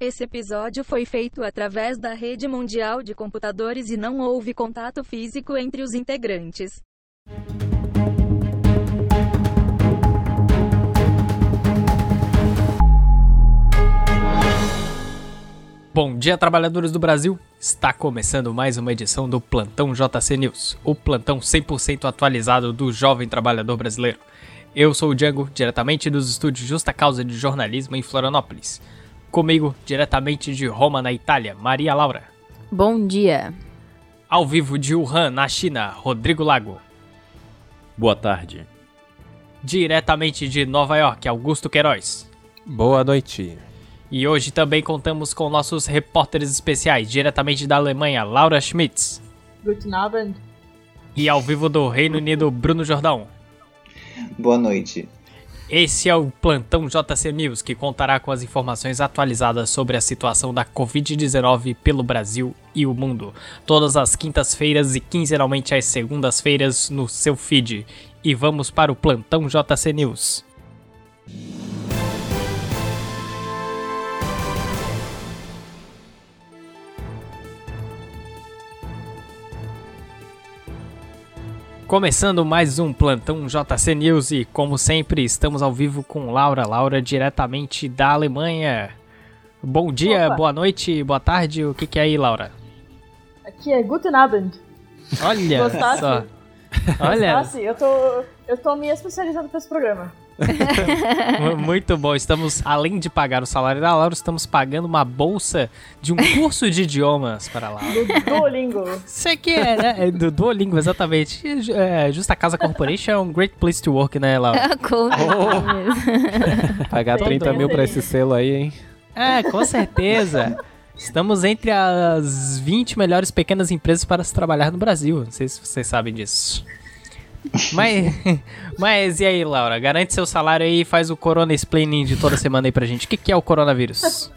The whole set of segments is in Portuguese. Esse episódio foi feito através da rede mundial de computadores e não houve contato físico entre os integrantes. Bom dia, trabalhadores do Brasil! Está começando mais uma edição do Plantão JC News, o plantão 100% atualizado do jovem trabalhador brasileiro. Eu sou o Django, diretamente dos estúdios Justa Causa de Jornalismo em Florianópolis. Comigo, diretamente de Roma, na Itália, Maria Laura. Bom dia. Ao vivo de Wuhan, na China, Rodrigo Lago. Boa tarde. Diretamente de Nova York, Augusto Queiroz. Boa noite. E hoje também contamos com nossos repórteres especiais, diretamente da Alemanha, Laura Schmitz. Guten Abend. E ao vivo do Reino Unido, Bruno Jordão. Boa noite. Esse é o Plantão JC News, que contará com as informações atualizadas sobre a situação da Covid-19 pelo Brasil e o mundo. Todas as quintas-feiras e quinzenalmente às segundas-feiras no seu feed. E vamos para o Plantão JC News. Começando mais um plantão JC News e, como sempre, estamos ao vivo com Laura, Laura diretamente da Alemanha. Bom dia, Opa. boa noite, boa tarde, o que, que é aí, Laura? Aqui é Guten Abend. Olha Gostasse? só. Olha, Ah, sim, eu tô, eu tô me especializando pra esse programa. mu- muito bom. Estamos, além de pagar o salário da Laura, estamos pagando uma bolsa de um curso de idiomas para a Laura. Do Duolingo. Isso aqui é, né? É do Duolingo, exatamente. É, Justa Casa Corporation é um great place to work, né, Laura? Com certeza. Pagar Todo 30 mil mundo. pra esse selo aí, hein? É, com certeza. Estamos entre as 20 melhores pequenas empresas para se trabalhar no Brasil. Não sei se vocês sabem disso. Mas, mas e aí, Laura? Garante seu salário aí e faz o Corona Explaining de toda semana aí pra gente. O que, que é o coronavírus?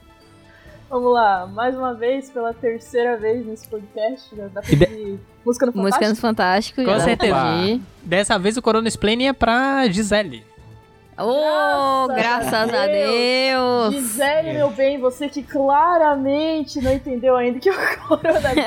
Vamos lá, mais uma vez, pela terceira vez nesse podcast, já dá pra E de- pedir música no Música Fantástico? no Fantástico. Com já dá pra certeza. pedir. Dessa vez o Corona Explaining é pra Gisele. Oh, Graças graças a a Deus. Gisele, meu bem, você que claramente não entendeu ainda que o coronavírus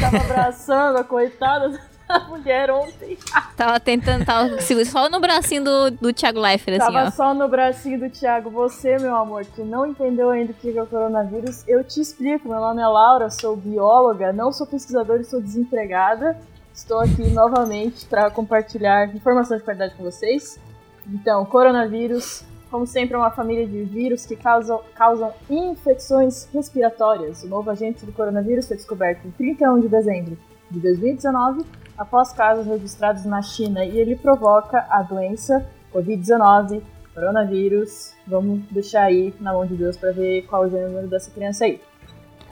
tava abraçando a coitada da mulher ontem. Tava tentando, tava segurando só no bracinho do, do Thiago Leifert, assim, Tava ó. só no bracinho do Thiago. Você, meu amor, que não entendeu ainda o que é o coronavírus, eu te explico. Meu nome é Laura, sou bióloga, não sou pesquisadora e sou desempregada. Estou aqui novamente para compartilhar informações de qualidade com vocês. Então, coronavírus, como sempre, é uma família de vírus que causam, causam infecções respiratórias. O novo agente do coronavírus foi descoberto em 31 de dezembro de 2019, após casos registrados na China, e ele provoca a doença Covid-19, coronavírus. Vamos deixar aí na mão de Deus para ver qual é o gênero dessa criança aí.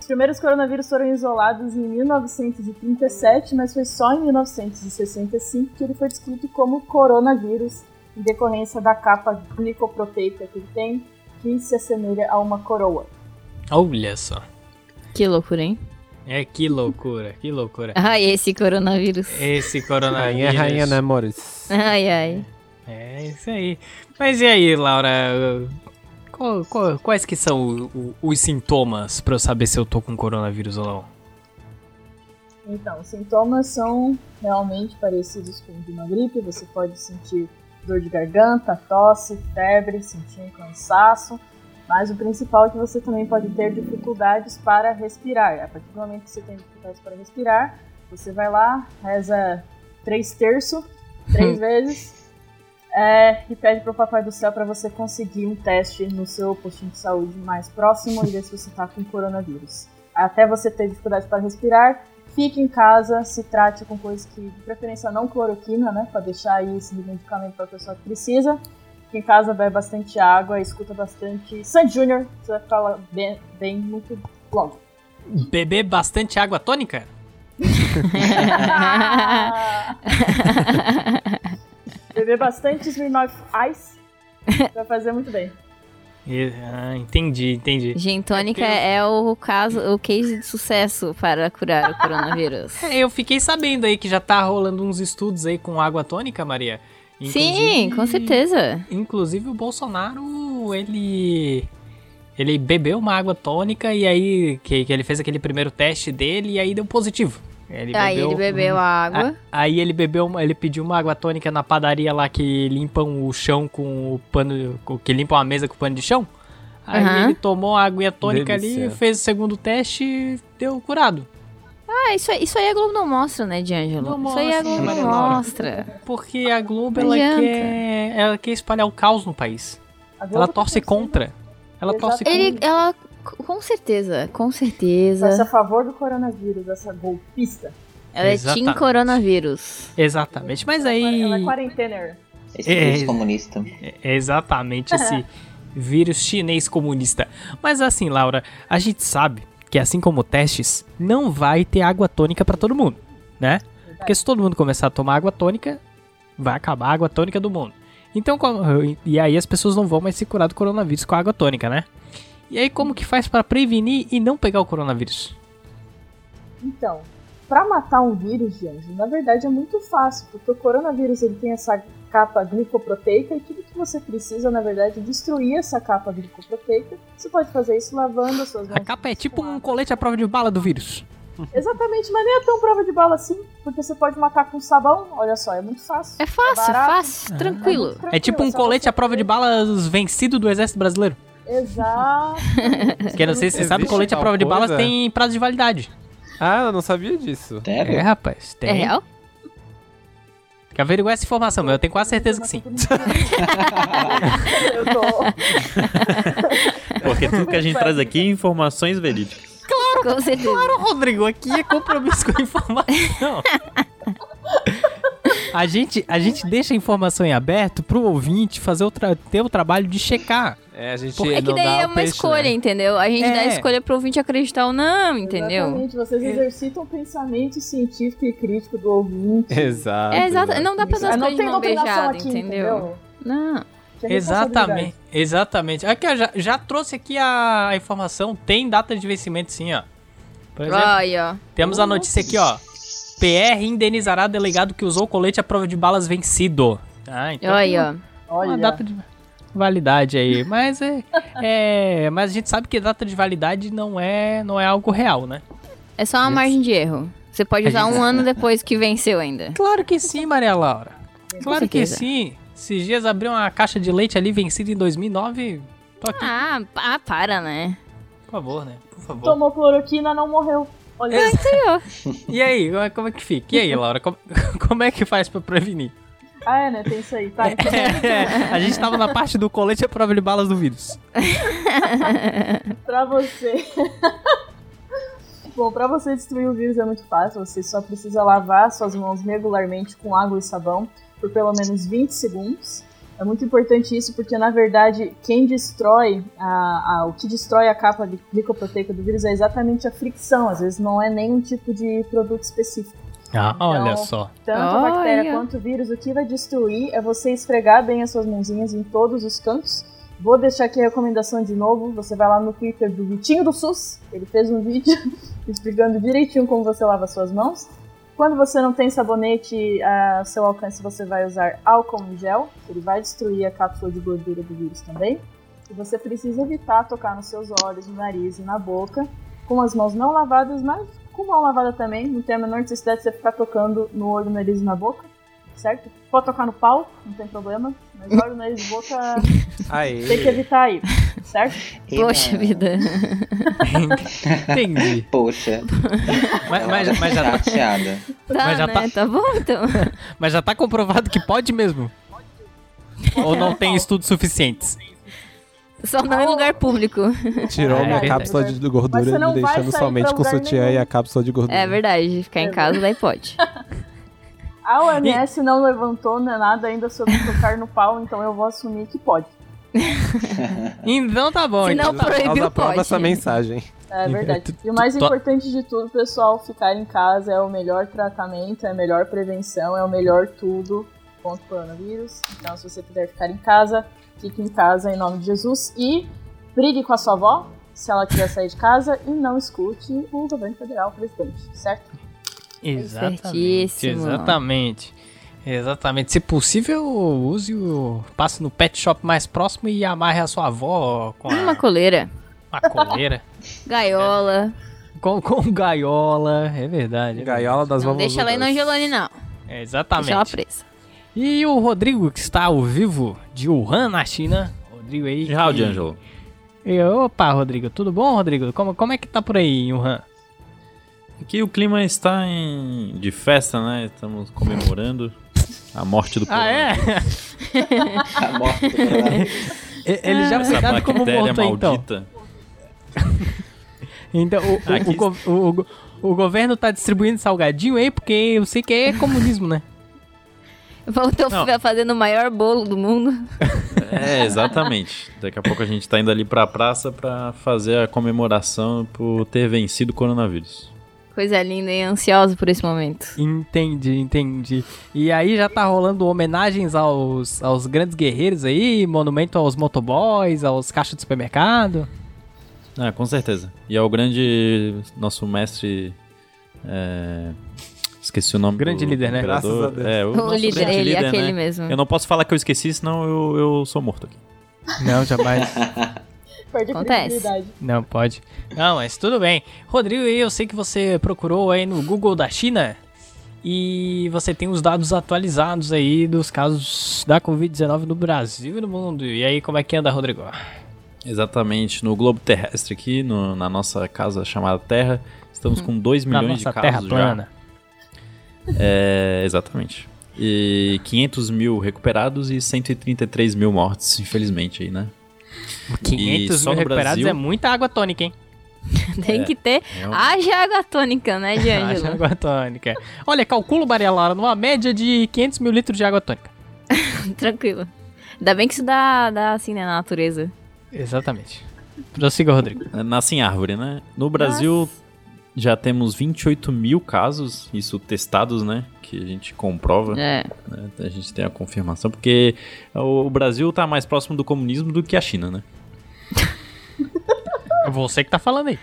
Os primeiros coronavírus foram isolados em 1937, mas foi só em 1965 que ele foi descrito como coronavírus, em decorrência da capa glicoproteica que ele tem, que se assemelha a uma coroa. Olha só. Que loucura, hein? É, que loucura, que loucura. Ai, esse coronavírus. Esse coronavírus. Rainha, rainha, né, amores? Ai, ai. É isso aí. Mas e aí, Laura? Qual- qual- quais que são o- o- os sintomas pra eu saber se eu tô com coronavírus ou não? Então, os sintomas são realmente parecidos com o de uma gripe. Você pode sentir dor de garganta, tosse, febre, sentir um cansaço. Mas o principal é que você também pode ter dificuldades para respirar. A partir do momento que você tem dificuldades para respirar, você vai lá, reza três terços, três vezes, é, e pede para o Papai do Céu para você conseguir um teste no seu postinho de saúde mais próximo e ver se você está com coronavírus. Até você ter dificuldade para respirar, Fique em casa, se trate com coisas que, de preferência, não cloroquina, né? Pra deixar aí esse medicamento pra pessoa que precisa. Fique em casa, bebe bastante água, escuta bastante Sandy Júnior, você vai ficar lá bem, bem muito logo. Beber bastante água tônica? Beber bastante Smirnoff Ice vai fazer muito bem. E- ah, entendi, entendi. Gentônica é o caso, o case de sucesso para curar o coronavírus. É, eu fiquei sabendo aí que já tá rolando uns estudos aí com água tônica, Maria. Sim, com certeza. Inclusive o Bolsonaro, ele. Ele bebeu uma água tônica e aí que, que ele fez aquele primeiro teste dele e aí deu positivo. Ele um- Aí ele bebeu a água. A- aí ele bebeu, uma- ele pediu uma água tônica na padaria lá que limpam o chão com o pano, com- que limpam a mesa com o pano de chão. Aí Aham. ele tomou a aguinha tônica ali, Delícia. fez o segundo teste e deu curado. Ah, isso, aí- isso aí a Globo não mostra, né, D'Angelo? Não Isso aí a mostra, Globo Maria não Laura. mostra. Porque a Globo, Não ela adianta. quer, ela quer espalhar o caos no país. A Globo Ela tá torce torcendo contra. Ela torce Ele, contra. ela, com certeza, com Vai ser certeza, a favor do coronavírus, essa golpista. ela é Team Exatamente. coronavírus. Exatamente. Mas Ela é aí, quarentener. Esse É. vírus comunista. É exatamente esse vírus chinês comunista. Mas assim, Laura, a gente sabe que assim como testes, não vai ter água tônica pra todo mundo, né? Porque se todo mundo começar a tomar água tônica, vai acabar a água tônica do mundo. Então, como- e aí as pessoas não vão mais se curar do coronavírus com a água tônica, né? E aí como que faz pra prevenir e não pegar o coronavírus? Então, pra matar um vírus, gente, na verdade é muito fácil, porque o coronavírus ele tem essa capa glicoproteica e tudo que você precisa, na verdade, é destruir essa capa glicoproteica. Você pode fazer isso lavando as suas mãos. A capa é tipo um colete à prova de bala do vírus. Exatamente, mas nem é tão prova de bala assim, porque você pode matar com sabão. Olha só, é muito fácil. É fácil, barato. fácil, muito tranquilo. tranquilo, É tipo um só colete você à prova de balas vencido do exército brasileiro. Exato. Porque não sei se você sabe, Existe colete à tal prova de balas coisa? tem prazo de validade. Ah, eu não sabia disso. Sério? É, rapaz, É tem. real? Tem que averiguar essa informação, mas eu tenho quase certeza que sim. é Eu tô. Porque tudo que a gente traz aqui é informações verídicas. Com certeza. Rodrigo, aqui é compromisso com a informação. A gente, a gente deixa a informação em aberto pro ouvinte fazer o tra- ter o trabalho de checar. É, a gente Pô, É que não daí dá é o uma peixe, escolha, né? entendeu? A gente dá a É. escolha pro ouvinte acreditar ou não, entendeu? É. Exatamente, vocês exercitam o pensamento científico e crítico do ouvinte. Ah, Exato. É, exato. Não dá pra fazer as Ah, coisas de mão beijada, aqui, entendeu? Não. Que é Exatamente, exatamente. Aqui, ó, já, já trouxe aqui a a informação, tem data de vencimento sim, ó. Por exemplo, Aí, ó. Temos a notícia aqui, ó. PR indenizará delegado que usou colete à prova de balas vencido. Ah, então. Aí, ó. Uma Olha, data de validade aí. Mas é, é. Mas a gente sabe que data de validade não é, não é algo real, né? É só uma margem de erro. Você pode usar um ano depois que venceu ainda. Claro que sim, Maria Laura. Claro que certeza. sim. Esses dias abriu uma caixa de leite ali vencida em 2009. Tô aqui, Ah, pa- ah, para, né? por favor, né? Por favor. tomou cloroquina, não morreu. Olha, É. E aí, como é- como é que fica? E aí, Laura, como, como é que faz pra prevenir? ah, é, né? Tem isso aí, tá? Então, a gente tava na parte do colete à prova de balas do vírus. pra você. Bom, pra você destruir o vírus é muito fácil, você só precisa lavar suas mãos regularmente com água e sabão por pelo menos 20 segundos. É muito importante isso porque, na verdade, quem destrói a, a- o que destrói a capa gli- glicoproteica do vírus é exatamente a fricção, às vezes não é nenhum tipo de produto específico. Ah, olha Então, só. Tanto a bactéria Olha. quanto o vírus, o que vai destruir é você esfregar bem as suas mãozinhas em todos os cantos. Vou deixar aqui a recomendação de novo. Você vai lá no Twitter do Vitinho do SUS. Ele fez um vídeo explicando direitinho como você lava as suas mãos. Quando você não tem sabonete ao seu alcance, você vai usar álcool em gel. Ele vai destruir a cápsula de gordura do vírus também. E você precisa evitar tocar nos seus olhos, no nariz e na boca. Com as mãos não lavadas, mas com mão lavada também, não tem a menor necessidade de você ficar tocando no olho, nariz e na boca, certo? Pode tocar no pau, não tem problema, mas olho, nariz e boca tem Aí. que evitar aí, certo? Eba. Poxa vida. Entendi. Poxa. Mas, mas- mas já, tá, chateada. Tá, Mas já né? tá- Tá bom, então. mas já tá comprovado que pode mesmo. Ou não tem estudos suficientes. Só não em lugar público. Tirou É, minha é verdade. cápsula de Mas gordura, você não me vai deixando sair somente pra com o lugar sutiã nenhum. e a cápsula de gordura. É verdade. Ficar em casa, daí pode. A OMS não levantou né, nada ainda sobre tocar no pau, então eu vou assumir que pode. Então tá bom. Se não então tá bom. proibiu, Causa prova pode. essa mensagem. É verdade. E o Tu- mais tu- importante de tudo, pessoal, ficar em casa é o melhor tratamento, é a melhor prevenção, é o melhor tudo contra o coronavírus. Então, se você puder ficar em casa, fique em casa em nome de Jesus e brigue com a sua avó, se ela quiser sair de casa, e não escute o governo federal, presidente, certo? Exatamente. Certíssimo. Exatamente. Exatamente. Se possível, use o. Passe no pet shop mais próximo e amarre a sua avó com a, Uma coleira. Maconheira. Gaiola. com, com gaiola, é verdade. é Gaiola das Não vovôs. deixa ela ir no Angelone, não. verdade. É, Deixa ela exatamente. presa. E o Rodrigo, que está ao vivo de Wuhan, na China. Rodrigo aí. que- Howdy, Angelo. E, opa, Rodrigo, tudo bom, Rodrigo? Como, como é que tá por aí em Wuhan? Aqui o clima está em... de festa, né? Estamos comemorando a morte do Ah, é? A morte do coronavírus. E- Ele já foi Essa dado como bactéria é morto, então. maldita. Então, o, o- Aqui- o gov- o, go- o governo tá distribuindo salgadinho aí, porque eu sei que é comunismo, né? Voltou Não. a fazendo o maior bolo do mundo. É, exatamente. Daqui a pouco a gente tá indo ali pra praça pra fazer a comemoração por ter vencido o coronavírus. Coisa linda e ansiosa por esse momento. Entendi, entendi. E aí já tá rolando homenagens aos, aos grandes guerreiros aí, monumento aos motoboys, aos caixas de supermercado. Ah, com certeza. E é o grande nosso mestre. é, Esqueci o nome Grande do líder, né? imperador. Graças a Deus. É, o, O nosso líder, grande ele, líder, aquele né? mesmo. Eu não posso falar que eu esqueci, senão eu, eu sou morto aqui. Não, jamais. Perde a Acontece. credibilidade. Não, pode. Não, mas tudo bem. Rodrigo, eu sei que você procurou aí no Google da China e você tem os dados atualizados aí dos casos da Covid-19 no Brasil e no mundo. E aí, como é que anda, Rodrigo? Exatamente, no globo terrestre aqui, no- na nossa casa chamada Terra, estamos com 2 Na milhões nossa de terra casos já. plana. É, exatamente. E 500 mil recuperados e 133 mil mortes, infelizmente, aí, né? 500 só mil no recuperados Brasil- é muita água tônica, hein? Tem que ter. É um- Haja água tônica, né, Haja Diângelo? água tônica. Olha, calcula, Maria Laura, numa média de 500 mil litros de água tônica. Tranquilo. Ainda bem que isso dá, dá assim, né, na natureza. Exatamente. Prossiga, Rodrigo. Nasce É, em árvore, né? No Brasil já temos 28 mil casos, isso testados, né? Que a gente comprova, É. né? a gente tem a confirmação, porque o o Brasil tá mais próximo do comunismo do que a China, né? É você que tá falando aí.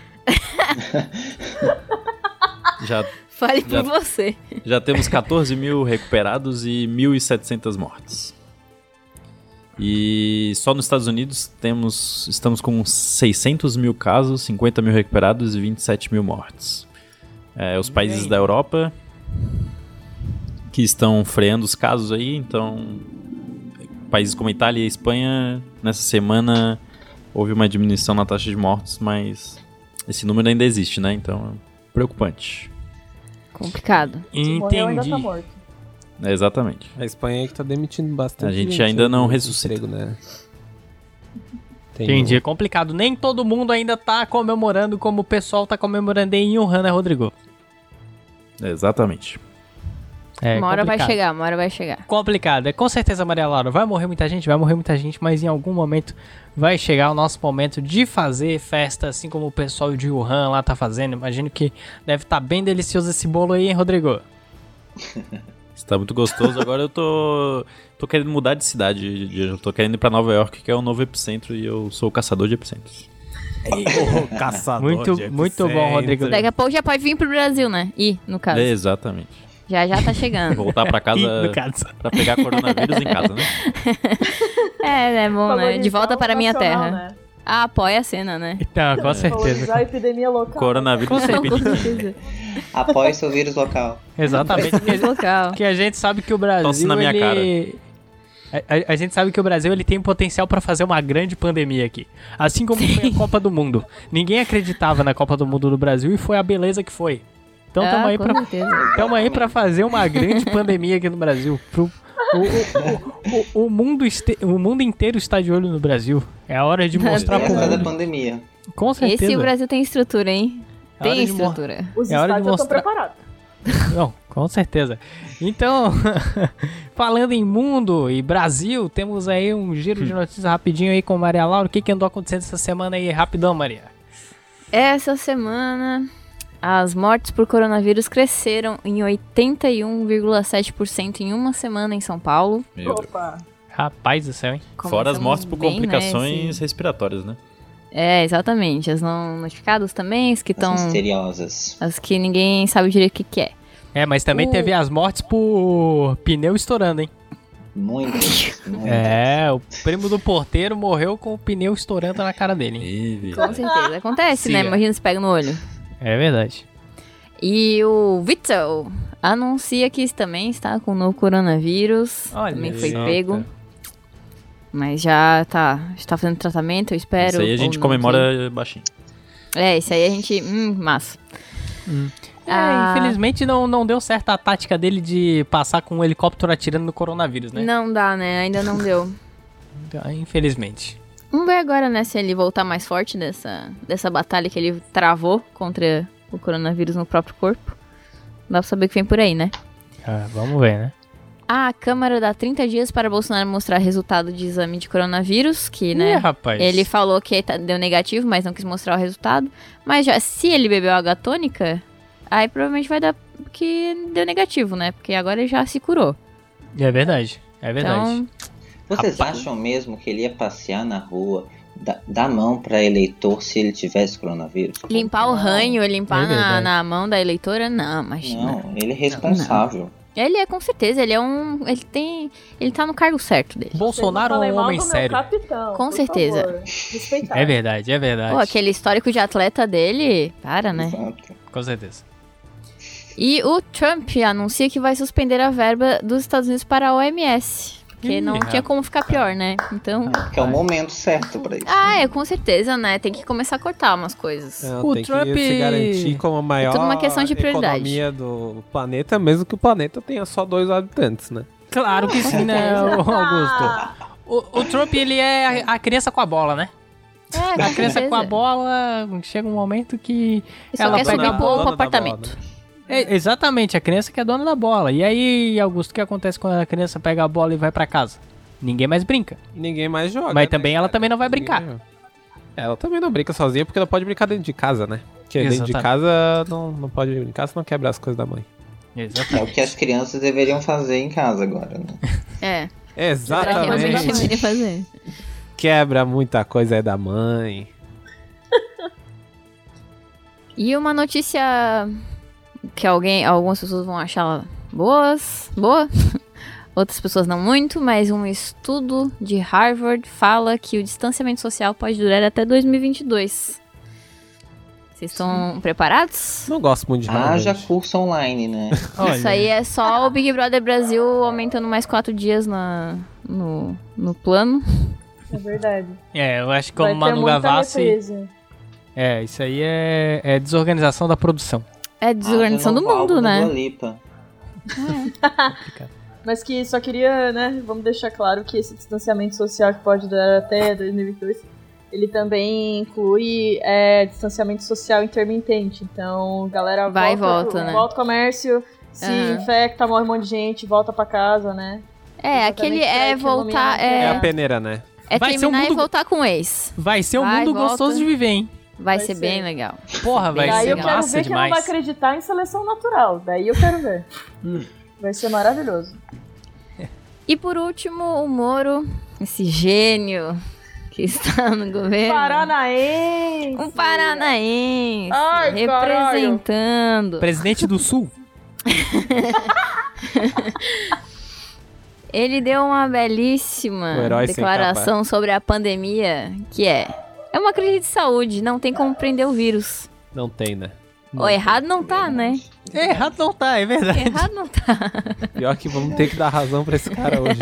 Já, Fale Já- por você. já temos 14 mil recuperados e 1.700 mortes. E só nos Estados Unidos temos, estamos com 600 mil casos, 50 mil recuperados e 27 mil mortes. É, os países Bem. da Europa que estão freando os casos aí, então países como Itália e Espanha nessa semana houve uma diminuição na taxa de mortes, mas esse número ainda existe, né? Então é preocupante. Complicado. Se morreu, ainda tá Entendi. morto. É, exatamente. A Espanha aí que tá demitindo bastante. A gente ainda não né, de ressuscita. emprego, né? Tem um- Entendi, é complicado. Nem todo mundo ainda tá comemorando como o pessoal tá comemorando em Wuhan, né, Rodrigo? É, exatamente. É, uma hora vai complicado. chegar, uma hora vai chegar. Complicado. É, com certeza, Maria Laura, vai morrer muita gente, vai morrer muita gente, mas em algum momento vai chegar o nosso momento de fazer festa, assim como o pessoal de Wuhan lá tá fazendo. Imagino que deve estar bem delicioso esse bolo aí, hein, Rodrigo? Está muito gostoso. Agora eu tô, tô querendo mudar de cidade. de- Eu tô querendo ir pra Nova York, que é o novo epicentro, e eu sou o caçador de epicentros. caçador Muito- de muito bom, epicentro. Rodrigo. Daqui a pouco já pode vir pro Brasil, né? Ih, no caso. É, exatamente. Já já tá chegando. Voltar pra Ih, casa no caso. pra pegar coronavírus em casa, né? é, é bom, né? De Valorizar volta o para a minha nacional, terra. Né? Ah, apoia a cena, né? Então, com certeza. Valorizar a epidemia local. Coronavírus Com sem perigo. Após seu vírus local. é. Exatamente. Esse local. Que a gente sabe que o Brasil. Tosse na minha ele- cara. A, a- a gente sabe que o Brasil ele tem potencial pra fazer uma grande pandemia aqui. Assim como foi a Copa do Mundo. Ninguém acreditava na Copa do Mundo do Brasil e foi a beleza que foi. Então ah, tamo aí com pra certeza. Estamos aí para fazer uma grande pandemia aqui no Brasil. Pro- o, o- o- o mundo este- o mundo inteiro está de olho no Brasil. É a hora de mostrar pro Essa é da mundo. pandemia. Com certeza. Tá Esse o Brasil tem estrutura, hein? É hora Tem de mo- estrutura. Os É hora de estados estão mostrar. preparados. Não, com certeza. Então, falando em mundo e Brasil, temos aí um giro de notícias rapidinho aí com Maria Laura. O que, que andou acontecendo essa semana aí? Rapidão, Maria. Essa semana, as mortes por coronavírus cresceram em 81,7% em uma semana em São Paulo. Meu Deus. Opa. Rapaz do céu, hein? Fora as Começamos mortes por bem, né, complicações esse- respiratórias, né? É, exatamente. As não notificadas também, as que As estão. misteriosas. As que ninguém sabe direito o que, que é. É, mas também O- teve as mortes por pneu estourando, hein? Muitas, muitas. É, o primo do porteiro morreu com o pneu estourando na cara dele. hein? Teve. Com certeza. Acontece, né? Siga. Imagina se pega no olho. É verdade. E o Vitzel anuncia que também está com o novo coronavírus. Olha também foi só, pego. Mas já tá, está fazendo tratamento, eu espero. Isso aí a ou gente não, comemora baixinho. sei. É, isso aí a gente. Hum, massa. É, Ah. infelizmente não, não deu certo a tática dele de passar com um helicóptero atirando no coronavírus, né? Não dá, né? Ainda não deu. Ah, Infelizmente. Vamos ver agora, né, se ele voltar mais forte dessa, dessa batalha que ele travou contra o coronavírus no próprio corpo. Dá pra saber o que vem por aí, né? Ah, vamos ver, né? Ah, a Câmara dá 30 dias para Bolsonaro mostrar resultado de exame de coronavírus, que, né? Ih, rapaz. Ele falou que tá- deu negativo, mas não quis mostrar o resultado. Mas já, se ele bebeu água tônica, aí provavelmente vai dar que deu negativo, né? Porque agora ele já se curou. É verdade. É verdade. Então, Vocês Rapaz. acham mesmo que ele ia passear na rua, da- dar mão pra eleitor se ele tivesse coronavírus? limpar o Não, ranho, É limpar na, verdade. na mão da eleitora, não, imagina. Não, ele é responsável. Ele é, com certeza, ele é um. Ele tem. Ele tá no cargo certo dele. Bolsonaro é Vocês não falem um mal homem do meu sério. Capitão, Com por certeza. favor. Respeitar. É verdade, é verdade. Pô, aquele histórico de atleta dele, para, né? Exato. Com certeza. E o Trump anuncia que vai suspender a verba dos Estados Unidos para a OMS. Porque Ih, não tinha como ficar pior, né? Então. Que é o momento certo pra isso. Ah, é, com certeza, né? Tem que começar a cortar umas coisas. Não, O é, tem Trump- que se garantir como a maior é tudo uma questão de prioridade. economia do planeta, mesmo que o planeta tenha só dois habitantes, né? Claro que sim, né, Augusto? Ah, O, o Trump, ele é a, a criança com a bola, né? É, A criança com certeza. com a bola, chega um momento que. Só ela quer pega subir a pro, dona pro da apartamento. bola, né? É, exatamente, a criança que é dona da bola. E aí, Augusto, o que acontece quando a criança pega a bola e vai pra casa? Ninguém mais brinca. Ninguém mais joga. Mas né, também ela cara? também não vai Ninguém brincar. joga. Ela também não brinca sozinha porque ela pode brincar dentro de casa, né? Porque dentro de Exatamente. casa não, não pode brincar, senão quebra as coisas da mãe. É o que as Exatamente. crianças deveriam fazer em casa agora, né? É, pra que Exatamente. realmente deveria fazer. Quebra muita coisa aí da mãe. E uma notícia que alguém, algumas pessoas vão achar boas, boa, outras pessoas não muito, mas um estudo de Harvard fala que o distanciamento social pode durar até 2022. Vocês estão preparados? Não gosto Ah, muito de Harvard. Haja curso online, né? Isso aí é só o Big Brother Brasil aumentando mais quatro dias na, no, no plano. é verdade. É, eu acho que Vai como ter Manu muita Gavassi. represa. É, isso aí é, é desorganização da produção. É a desorganização Ah, do mundo, né? Mas que só queria, né, vamos deixar claro que esse distanciamento social que pode durar até 2022, ele também inclui é, distanciamento social intermitente. Então, galera Vai e volta, pro- né? Volta ao comércio, se Aham. infecta, morre um monte de gente, volta pra casa, né? É, aquele é Exatamente, pra voltar, economia É é, a peneira, né? é Vai ser um terminar e mundo- voltar com o ex. Vai ser um Vai, mundo volta. gostoso de viver, hein? Vai, Vai ser ser. bem legal. Porra, vai Daí ser eu quero massa ver que eu não vai demais. acreditar em seleção natural. Daí eu quero ver. Hum. Vai ser maravilhoso. E por último, o Moro, esse gênio que está no governo. Paranaense! Um paranaense Ai, representando. Presidente do Sul. Ele deu uma O belíssima herói sem declaração sobre a pandemia, que é: é uma crise de saúde, não tem como prender o vírus. Não tem, né? Ou errado não tá, né? É, errado não tá, é verdade. Errado não tá. Pior que vamos ter que dar razão pra esse cara hoje.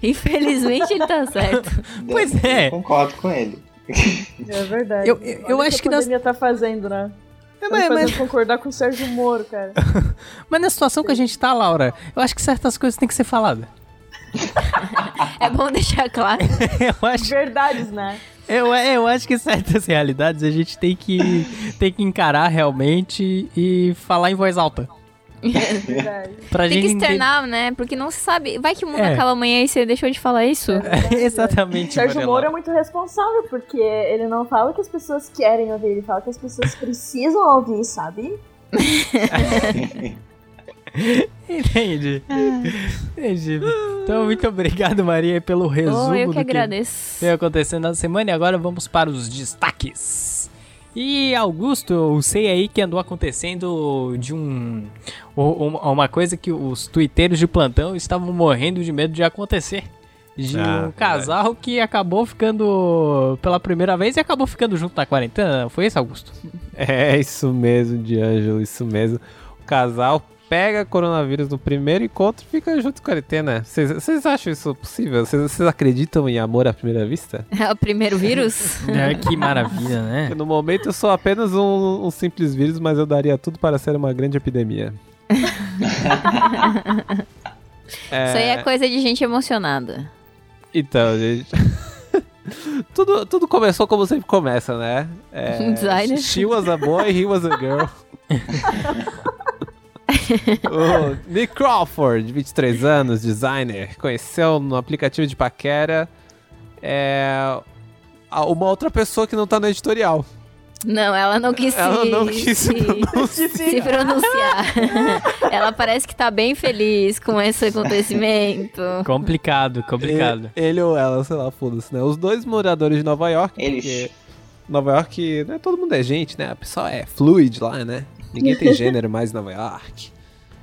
Infelizmente ele tá certo. Pois é. Concordo com ele. É verdade. Eu- eu- eu Olha o acho que a nós- pandemia tá fazendo, né? É, Tá me mas, fazendo mas- concordar com o Sérgio Moro, cara. mas na situação que a gente tá, Laura, eu acho que certas coisas têm que ser faladas. É bom deixar claro. Eu acho Verdades, né? Eu, eu acho que certas realidades a gente tem que, tem que encarar realmente e falar em voz alta. Verdade. Pra Tem que gente entender- externar, né? Porque não se sabe. Vai que o mundo É. acaba amanhã e você deixou de falar isso? Exatamente. Sérgio Mariela. Moro é muito responsável, porque ele não fala o que as pessoas querem ouvir, ele fala o que as pessoas precisam ouvir, sabe? Entendi. Entendi. Então, muito obrigado, Maria, pelo Oh, resumo eu do que agradeço. vem acontecendo na semana. E agora vamos para os destaques. E Augusto, eu sei aí que andou acontecendo de um. u- um- Uma coisa que os tuiteiros de plantão estavam morrendo de medo de acontecer. De Ah, um casal que acabou ficando pela primeira vez e acabou ficando junto na quarentena. Foi isso, Augusto? É isso mesmo, D'Angelo, isso mesmo. O casal pega coronavírus no primeiro encontro e fica junto em quarentena. né? Vocês- Vocês acham isso possível? Vocês vocês acreditam em amor à primeira vista? É o primeiro vírus? É, que maravilha, né? No momento eu sou apenas um, um simples vírus, mas eu daria tudo para ser uma grande epidemia. Isso aí é coisa de gente emocionada. Então, gente. tudo, tudo começou como sempre começa, né? É, Designer. She was a boy, he was a girl. o Nick Crawford, 23 anos, designer, conheceu no aplicativo de paquera é, a- uma outra pessoa que não tá no editorial. Não, ela não quis Ela se, não quis se pronunciar. se pronunciar. ela parece que tá bem feliz com esse acontecimento. Complicado, complicado. Ele, ele ou ela, sei lá, foda-se, né? Os dois moradores de Nova York. Eles. porque Nova York, né? Todo mundo é gente, né? A pessoa é fluid lá, né? Ninguém tem gênero mais em Nova York.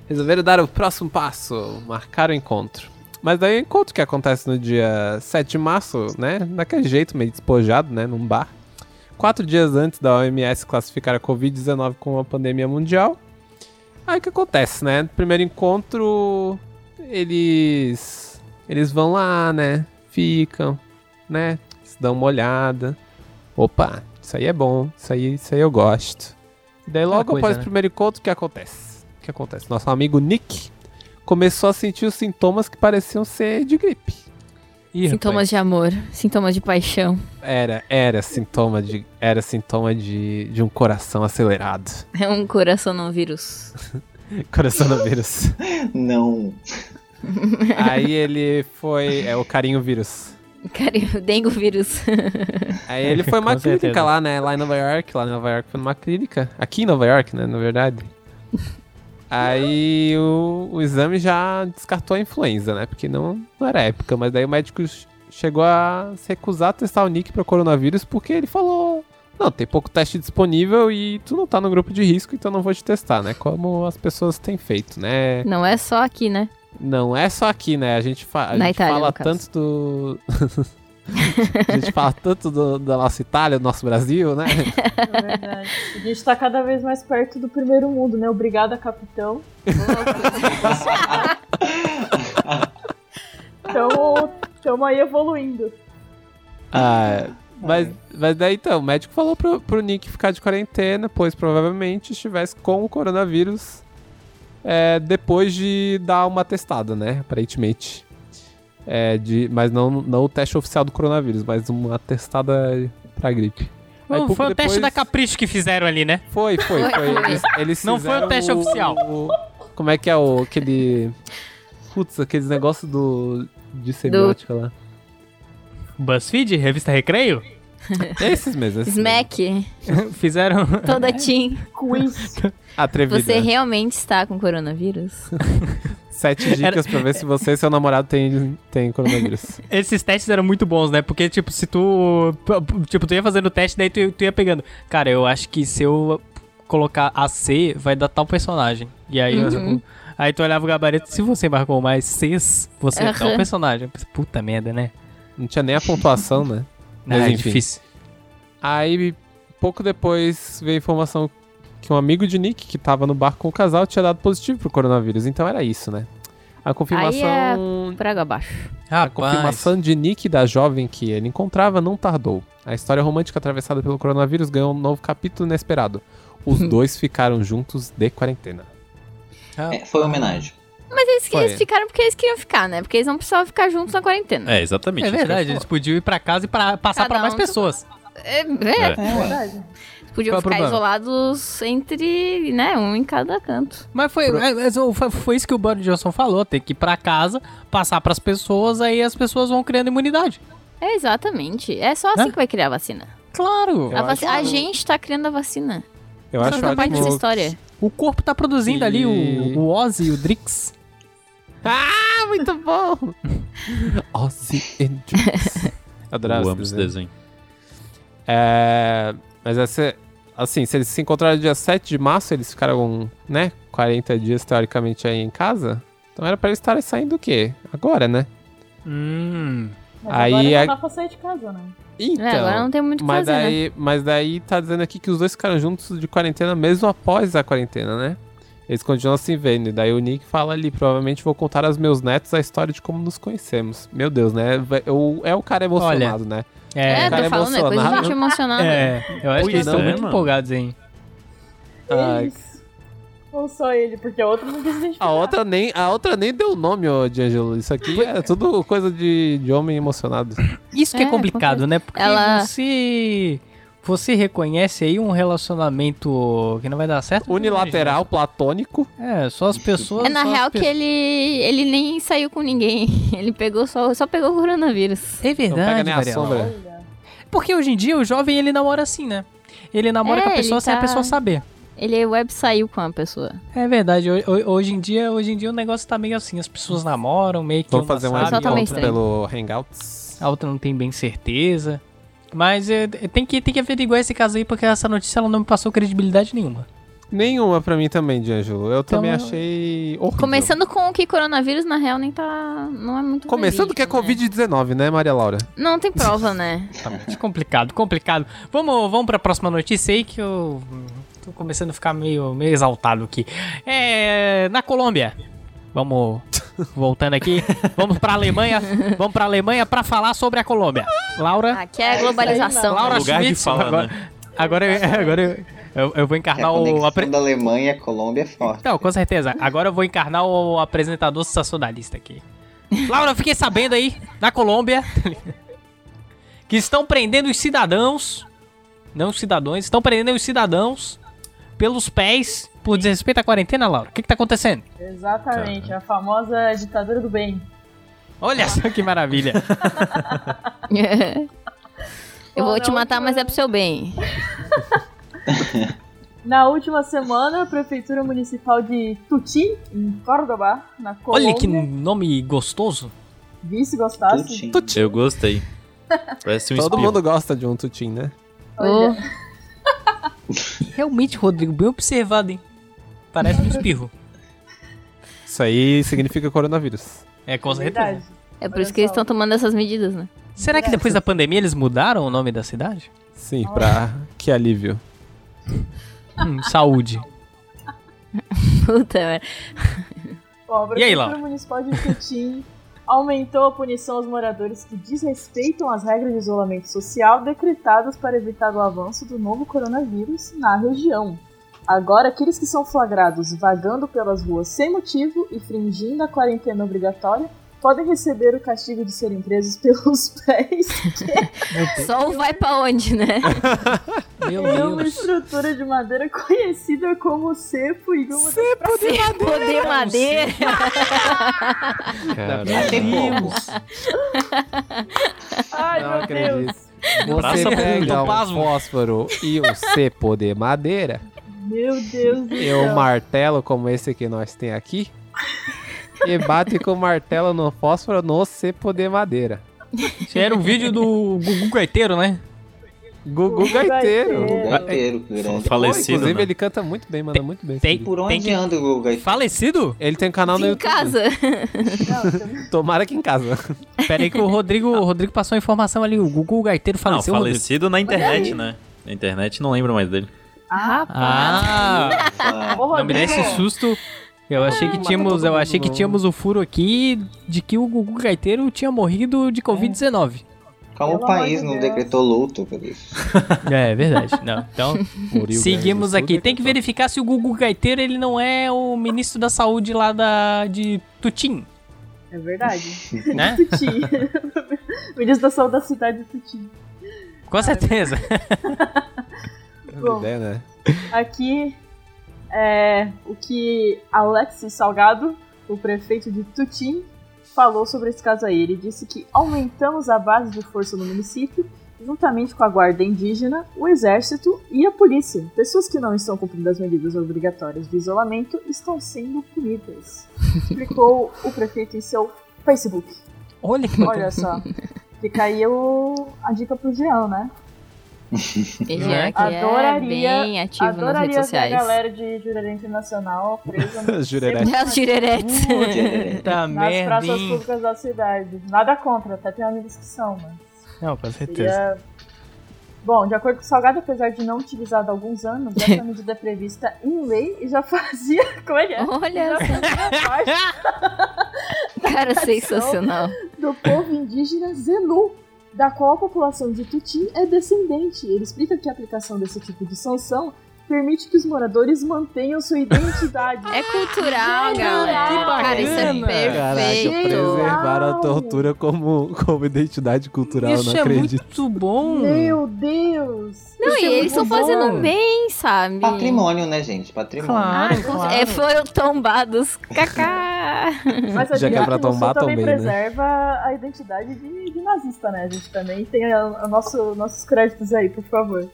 Resolveram dar o próximo passo, marcar o encontro. Mas daí o encontro que acontece no dia 7 de março, né? Daquele jeito, meio despojado, né? Num bar. Quatro dias antes da OMS classificar a Covid-19 como uma pandemia mundial. Aí o que acontece, né? No primeiro encontro, eles. Eles vão lá, né? Ficam, né? Se dão uma olhada. Opa, isso aí é bom, isso aí, isso aí eu gosto. E daí logo coisa, após né? o primeiro encontro, o que acontece? O que acontece? Nosso amigo Nick começou a sentir os sintomas que pareciam ser de gripe. Ih, Sintomas de amor, sintomas de paixão. Era, era sintoma de. Era sintoma de, de um coração acelerado. É um coração não vírus. Coração no vírus. Não. Aí ele foi. É o carinho vírus. Cara, dengo vírus. Aí ele foi uma Com clínica certeza. lá, né? Lá em Nova York. Lá em Nova York foi numa clínica. Aqui em Nova York, né? Na verdade. Aí o, o exame já descartou a influenza, né? Porque não, não era época. Mas daí o médico ch- chegou a se recusar a testar o Nick pra coronavírus porque ele falou: Não, tem pouco teste disponível e tu não tá no grupo de risco, então não vou te testar, né? Como as pessoas têm feito, né? Não é só aqui, né? Não é só aqui, né? A gente, fa- a Na gente Itália, fala no caso. tanto do. a gente fala tanto do- da nossa Itália, do nosso Brasil, né? É verdade. A gente tá cada vez mais perto do primeiro mundo, né? Obrigada, capitão. Tamo, tamo aí evoluindo. É. Ah, mas, mas daí então, o médico falou pro, pro Nick ficar de quarentena, pois provavelmente estivesse com o coronavírus é, depois de dar uma testada, né? Aparentemente. É, de, mas não, não o teste oficial do coronavírus, mas uma testada pra gripe. Aí Não, pouco foi o teste depois- da Capricho que fizeram ali, né? Foi, foi, Foi, foi. foi. Eles, eles Não foi o fizeram teste oficial. o- como é que é o aquele. Putz, aqueles negócios do. de semiótica lá. BuzzFeed, Revista Recreio, Esses mesmo, esses mesmo. Smack, fizeram É. toda team. Quiz. Atrevida. Você realmente está com coronavírus? Sete dicas pra ver se você e seu namorado tem, tem coronavírus. Esses testes eram muito bons, né? Porque, tipo, se tu. Tipo, tu ia fazendo o teste, daí tu, tu ia pegando. Cara, eu acho que se eu colocar AC, vai dar tal personagem. E aí, Uhum. tipo. Aí tu olhava o gabarito, se você marcou mais Cs, você é tal Aham. personagem. Puta merda, né? Não tinha nem a pontuação, né? Mas Ah, é enfim. difícil. Aí, pouco depois, veio a informação que um amigo de Nick, que tava no bar com o casal, tinha dado positivo pro coronavírus. Então era isso, né? A confirmação Por água abaixo. A confirmação é de Nick da jovem que ele encontrava não tardou. A história romântica atravessada pelo coronavírus ganhou um novo capítulo inesperado. Os dois ficaram juntos de quarentena. É, foi uma homenagem. Mas eles, que- Foi. eles ficaram porque eles queriam ficar, né? Porque eles não precisavam ficar juntos na quarentena. É, exatamente. É isso que eu ia verdade, falar. eles podiam ir pra casa e pra, passar Cada pra mais um- pessoas. É, é, É, ué. Verdade. Podiam Qual é o ficar problema? isolados entre, né? Um em cada canto. Mas foi, é, mas o- foi- foi isso que o Boris Johnson falou: tem que ir pra casa, passar pras pessoas, aí as pessoas vão criando imunidade. É, exatamente. É só assim Né? que vai criar a vacina. Claro! Eu A, vaci- acho- a gente tá criando a vacina. Eu Vocês acho não parte dessa ótimo. história. O corpo tá produzindo ali E- o, o Ozzy e o Drix. Ah, muito bom! Ozzy and James. Adorava Eu esse amo esse desenho. desenho. É, mas essa, Assim, se eles se encontraram dia 7 de março, eles ficaram, né, 40 dias teoricamente aí em casa. Então era pra eles estarem saindo o quê? Agora, né? Hum. Mas Aí agora é- não dá pra sair de casa, né? Então, é, agora não tem muito o que mas, fazer, né? daí, mas daí tá dizendo aqui que os dois ficaram juntos de quarentena mesmo após a quarentena, né? Eles continuam se vendo. E daí o Nick fala ali, provavelmente vou contar aos meus netos a história de como nos conhecemos. Meu Deus, né? Vai- o- É o cara emocionado, né? É, o cara tô é falando, é coisa de emocionado. gente emocionada. É, eu acho que Pois eles estão é, muito mano. empolgados, hein? Ai. Eles. É Ou só ele, porque a outra não quis identificar. A outra nem, a outra nem deu nome, ô D'Angelo. Isso aqui é tudo coisa de, de homem emocionado. Isso que é, É, complicado, né? Porque Ela- você. Você reconhece aí um relacionamento que não vai dar certo? Unilateral, platônico. É, só as pessoas. É na só as real que pe- ele, ele nem saiu com ninguém. Ele pegou só, só pegou o coronavírus. É Não Então pega verdade, nem a Mariela. sombra. Olha. Porque hoje em dia o jovem ele namora assim, né? Ele namora É, com a pessoa ele sem a tá- pessoa saber. Ele web saiu com a pessoa. É verdade. ho- ho- Hoje em dia, hoje em dia o negócio tá meio assim, as pessoas namoram, meio que Vamos uma fazer um sabe, Pessoal tá a meio encontro outra, estranho. pelo Hangouts. a outra não tem bem certeza. Mas é, tem, que, tem que averiguar esse caso aí, porque essa notícia ela não me passou credibilidade nenhuma. Nenhuma pra mim também, D'Angelo. Eu também Então, achei horrível. Começando com o que coronavírus, na real, nem tá. Não é muito. Começando que é verídico, né? Covid-19, né, Maria Laura? Não tem prova, né? Uhum. É Complicado, complicado. Vamos, vamos pra próxima notícia aí que eu hum, tô começando a ficar meio, meio exaltado aqui. É. Na Colômbia. Vamos voltando aqui. Vamos pra Alemanha. Vamos pra Alemanha pra falar sobre a Colômbia. Laura. Aqui é a globalização. Laura Lugar de né? Schmitz, fala, agora, agora, eu- agora eu, eu, eu vou É, A encarnar Ah, o. conexão apre- da Alemanha à Colômbia é forte. Não, com certeza. Agora eu vou encarnar o apresentador sensacionalista aqui. Laura, eu fiquei sabendo aí, na Colômbia, que estão prendendo os cidadãos, não os cidadãos, estão prendendo os cidadãos pelos pés por desrespeito à quarentena, Laura. O que, que tá acontecendo? Exatamente, Tá. a famosa ditadura do bem. Olha só que maravilha. Eu vou Bom, te na matar, última- mas é pro seu bem. Na última semana, a Prefeitura Municipal de Tutim, em Córdoba, na Colômbia, Olha que nome gostoso. vice gostasse. Tudo Tutim. Eu gostei. Parece um Todo espirro. mundo gosta de um tutim, né? Ô, Olha, Realmente, Rodrigo, bem observado, hein? Parece um espirro. Isso aí significa coronavírus. É, com certeza. verdade. é por Olha isso que eles só. estão tomando essas medidas, né? Será que depois da pandemia eles mudaram o nome da cidade? Sim, pra... Que alívio. Hum, saúde. Puta, é. merda. Bom, a E aí, Prefeitura Laura? Municipal de Tutim aumentou a punição aos moradores que desrespeitam as regras de isolamento social decretadas para evitar o avanço do novo coronavírus na região. Agora, aqueles que são flagrados vagando pelas ruas sem motivo e fingindo a quarentena obrigatória podem receber o castigo de serem presos pelos pés Só o vai pra onde, né? Meu em uma Deus. estrutura de madeira conhecida como cepo e uma Poder madeira. Ai, Não meu acredito. Deus! Você Praça pega pública. um Pasmo. fósforo e um cepo de madeira Meu Deus do e um martelo como esse que nós tem aqui e bate com o martelo no fósforo no cepo de madeira. Isso era o vídeo do Gugu Gaiteiro, né? Gugu Gugu Gaiteiro. Gaiteiro. inteiro, grande. Inclusive, Falecido, né? ele canta muito bem, manda muito bem. esse tem- vídeo. Por onde que- anda o Google? Falecido? Ele tem um canal no Em YouTube. casa. céu! Tomara que em casa. Pera aí que o Rodrigo, o Rodrigo passou a informação ali. O Gugu Gaiteiro Não, faleceu, Rodrigo. falecido na internet, né? Na internet não lembro mais dele. Ah, Ah, Ô, não me dá esse Rodrigo, susto. Eu achei que matou tínhamos, todo eu mundo, achei que não. tínhamos o furo aqui de que o Gugu Gaiteiro tinha morrido de Covid-19. como Pelo o país amor de não Deus. decretou luto por isso? É, é verdade. Não, então seguimos né, aqui. Tem que verificar se o Gugu Gaiteiro ele não é o ministro da Saúde lá da de Tutim, É verdade. né? Tuti. Ministro da Saúde da cidade de Tuti. Com certeza. Não ideia, né? Aqui é o que Alexis Salgado, o prefeito de Tutim, falou sobre esse caso aí. Ele disse que aumentamos a base de força no município, juntamente com a guarda indígena, o exército e a polícia. Pessoas que não estão cumprindo as medidas obrigatórias de isolamento estão sendo punidas. Explicou o prefeito em seu Facebook. Olha que bacana. Olha só. Fica aí o... a dica pro Jean, né? Né? PGA que Adoraria- é bem ativo nas Adoraria redes ver a sociais. galera de Jurerê Internacional presa no- Jurerê. As jureretes. Puta nas merda. praças hein? públicas da cidade. Nada contra, até tem amigos que são, mas. Não, com certeza. Seria... Bom, de acordo com o Salgado, apesar de não utilizado há alguns anos, essa medida é prevista em lei e já fazia. Como é que é? Já Olha fazia parte Cara, sensacional. do povo indígena Zelu, da qual a população de Tuti é descendente. Ele explica que a aplicação desse tipo de sanção permite que os moradores mantenham sua identidade. É cultural, galera. que Cara, isso é bacana. Caraca, perfeito. preservaram a tortura como, como identidade cultural, Isso não é acredito. muito bom. Meu Deus! Não, e Isso é eles muito estão fazendo bom. bem, sabe? Patrimônio, né, gente? Patrimônio. Ah, com- é, foram tombados. Kaká. Mas a Já que é pra tombar, também, também, né? preserva a identidade de, de nazista, né? A gente também tem a, a nosso, nossos créditos aí, por favor.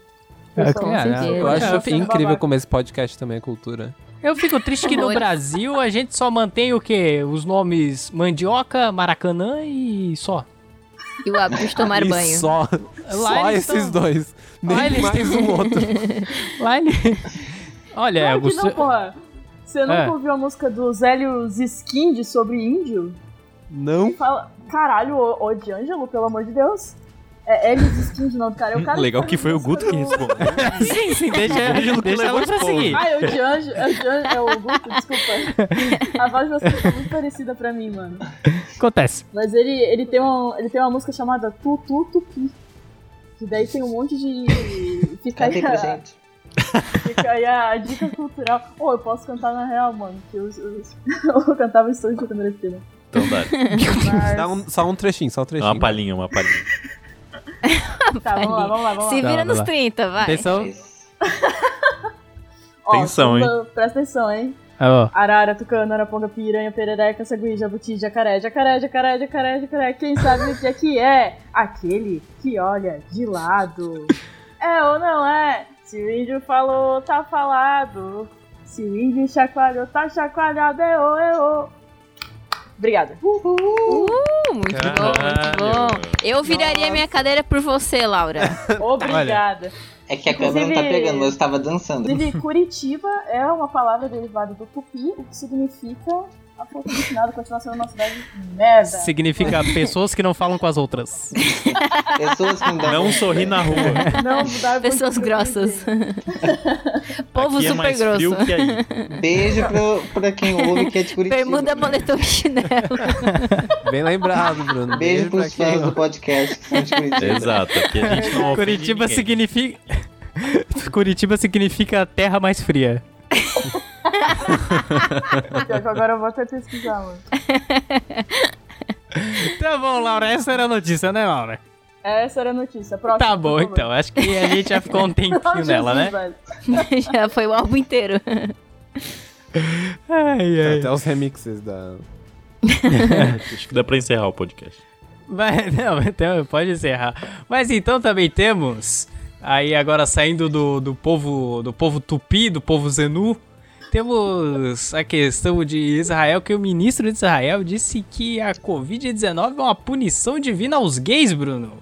É, Pessoal, cara, certeza. Eu eu, acho fico, incrível como esse podcast também é cultura. eu fico triste que no Horrores. Brasil a gente só mantém o quê? Os nomes Mandioca, Maracanã e só. E o hábito de tomar e é banho. só, só eles esses tão- dois. Nem eles mais um outro. Lá ele... Olha, Claro que Augusto, não, porra. Você nunca É. ouviu a música do Zélio Ziskind sobre índio? Não. Fala, caralho, ô, ô D'Angelo, pelo amor de Deus. É Hélio Ziskind, não, cara. É o cara Legal faz que foi o música Guto que do- respondeu. Sim, sim, deixa, Ângelo que deixa levou ela os povos. prosseguir. Ah, é o D'Angelo, é o D'Angelo, é o Guto, desculpa. A voz da música é muito parecida pra mim, mano. Acontece. Mas ele, ele, tem uma, ele tem uma música chamada Tu Tu Tupi. Que daí tem um monte de. Fica Cadê aí, pra a, Tá gente? fica aí a dica cultural. Ô, eu posso cantar na real, mano. Que eu, eu, eu cantava em estúdio quando era pequena. Então dá. Mas- Dá um- só um trechinho, só um trechinho. Uma palhinha, uma palhinha. Tá, vamos lá, vamos lá, vamos Se lá. vira Vai lá, nos vai 30, vai. é Atenção. Ó, Atenção, hein? Presta atenção, hein? Alô. Arara, tucano, araponga, piranha, perereca, sagui, jabuti, jacaré, jacaré, jacaré, jacaré, jacaré. Quem sabe o que é que é? Aquele que olha de lado. É ou não é? Se o índio falou, tá falado. Se o índio chacoalhou, tá chacoalhado. É ô, é ô. Obrigada. Uh, muito bom, muito bom. Eu viraria minha cadeira por você, Laura. Obrigada. É que a câmera não tá Inclusive- pegando, mas eu tava dançando. Inclusive, Curitiba é uma palavra derivada do tupi, o que significa a ponta do final continua sendo uma cidade de merda. Significa pessoas que não falam com as outras. Pessoas que não dão. Não sorri na Um rua. Não mudar muito Pessoas o que eu grossas. pensei. Povo Aqui é super mais grosso. frio que aí. Beijo pro, pra quem ouve que é de né? Curitiba. Bermuda, moletom e chinelo. Bem lembrado, Bruno. Beijo pra pros fãs do podcast que são de Curitiba. Exato, porque a gente não ofende Curitiba ninguém. significa. Curitiba significa a terra mais fria. Pior que Agora eu vou até pesquisar, mano. Tá bom, Laura, essa era a notícia, né, Laura? Essa era a notícia. Próxima, Tá por bom, favor. então. Acho que a gente já ficou um Ah, tempinho Jesus, nela, né? velho. Já foi o álbum inteiro. Ai, ai. Até os remixes da. Acho que dá pra encerrar o podcast. Mas, não, então pode encerrar. Mas então também temos. Aí agora saindo do, do povo. Do povo tupi, do povo Zenu. Temos a questão de Israel, que o ministro de Israel disse que a Covid-19 é uma punição divina aos gays, Bruno.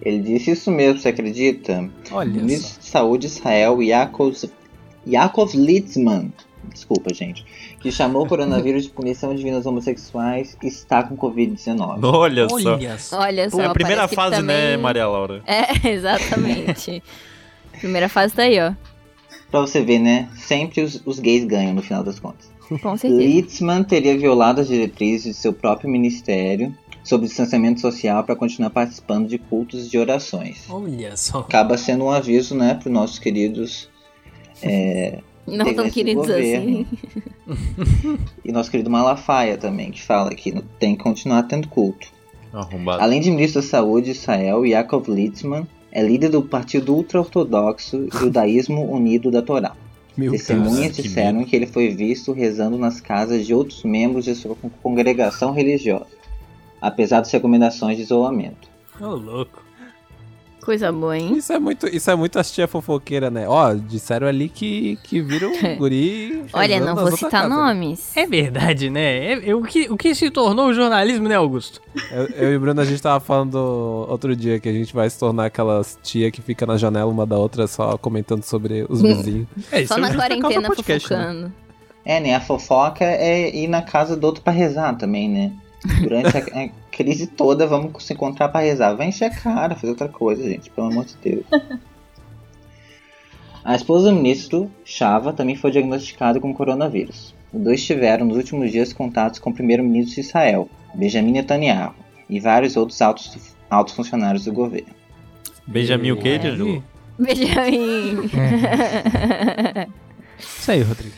Ele disse isso mesmo, você acredita? O Olha só. ministro de Saúde de Israel, Yaakov, Yaakov Litzman, desculpa, gente, que chamou o coronavírus de punição divina aos homossexuais, está com Covid-19. Olha só. Olha só. Olha só. É a primeira parece que fase, né, também- Maria Laura? É, exatamente. primeira fase tá aí, ó. Pra você ver, né? Sempre os, os gays ganham no final das contas. Com certeza. Litzman teria violado as diretrizes de seu próprio ministério sobre distanciamento social para continuar participando de cultos e de orações. Olha só. Acaba sendo um aviso, né, para nossos queridos Não integrantes tão do queridos assim. governo. E nosso querido Malafaia também, que fala que tem que continuar tendo culto. Arrombado. Além de ministro da Saúde de Israel, Yaakov Litzman é líder do partido ultra-ortodoxo Judaísmo Unido da Torá. Meu é Deus. Testemunhas que disseram que ele foi visto rezando nas casas de outros membros de sua con- congregação religiosa, apesar das recomendações de isolamento. Ô, louco. Coisa boa, hein? Isso é muito, isso é muito as tia fofoqueira, né? Ó, disseram ali que, que viram um guri. Olha, rezando não nas vou outras citar casas. né? nomes. É verdade, né? É- é o, que, o que se tornou o jornalismo, né, Augusto? Eu, eu e o Bruno, a gente tava falando outro dia que a gente vai se tornar aquelas tia que fica na janela uma da outra só comentando sobre os Hum. vizinhos. É Só na é- quarentena causa podcast, né? fofocando. É, né? A fofoca é ir na casa do outro pra rezar também, né? Durante a, a crise toda, vamos se encontrar pra rezar. Vai encher a cara, fazer outra coisa, gente, pelo amor de Deus. A esposa do ministro, Chava, também foi diagnosticada com coronavírus. Os dois tiveram nos últimos dias contatos com o primeiro-ministro de Israel, Benjamin Netanyahu, e vários outros altos, altos funcionários do governo. Benjamin o quê, É. Diego? Benjamin. Isso aí, Rodrigo.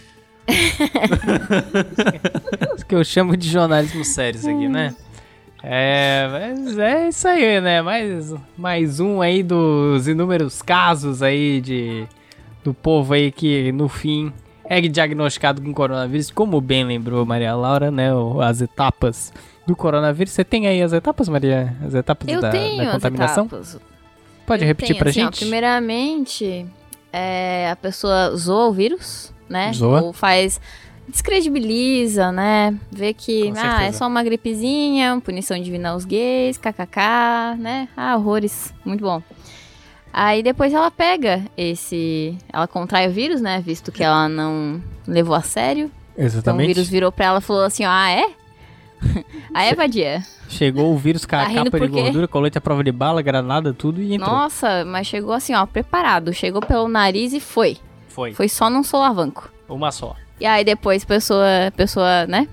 isso que eu chamo de jornalismo sério, isso aqui, né? É, mas é isso aí, né? Mais, mais um aí dos inúmeros casos aí de, do povo aí que, no fim, é diagnosticado com coronavírus. Como bem lembrou Maria Laura, né? o- As etapas do coronavírus. Você tem aí as etapas, Maria? As etapas Eu da, tenho da as contaminação? etapas. Pode Eu repetir tenho, pra assim, ó, gente? primeiramente, é, a pessoa zoa o vírus, né? Zoa. Ou faz. Descredibiliza, né? Vê que Com ah, é certeza. só uma gripezinha, punição divina aos gays, kkk, né? Ah, horrores. Muito bom. Aí depois ela pega esse. Ela contrai o vírus, né? Visto que ela não levou a sério. Então o Exatamente. vírus virou pra ela e falou assim: ó, ah, é? ah, é, Vadia? Chegou o vírus com a Tá rindo capa de por quê? gordura, colete à prova de bala, granada, tudo e entrou. Nossa, mas chegou assim, ó, preparado. Chegou pelo nariz e foi. Foi. Foi só num solavanco. Uma só. E aí depois a pessoa, a pessoa, né,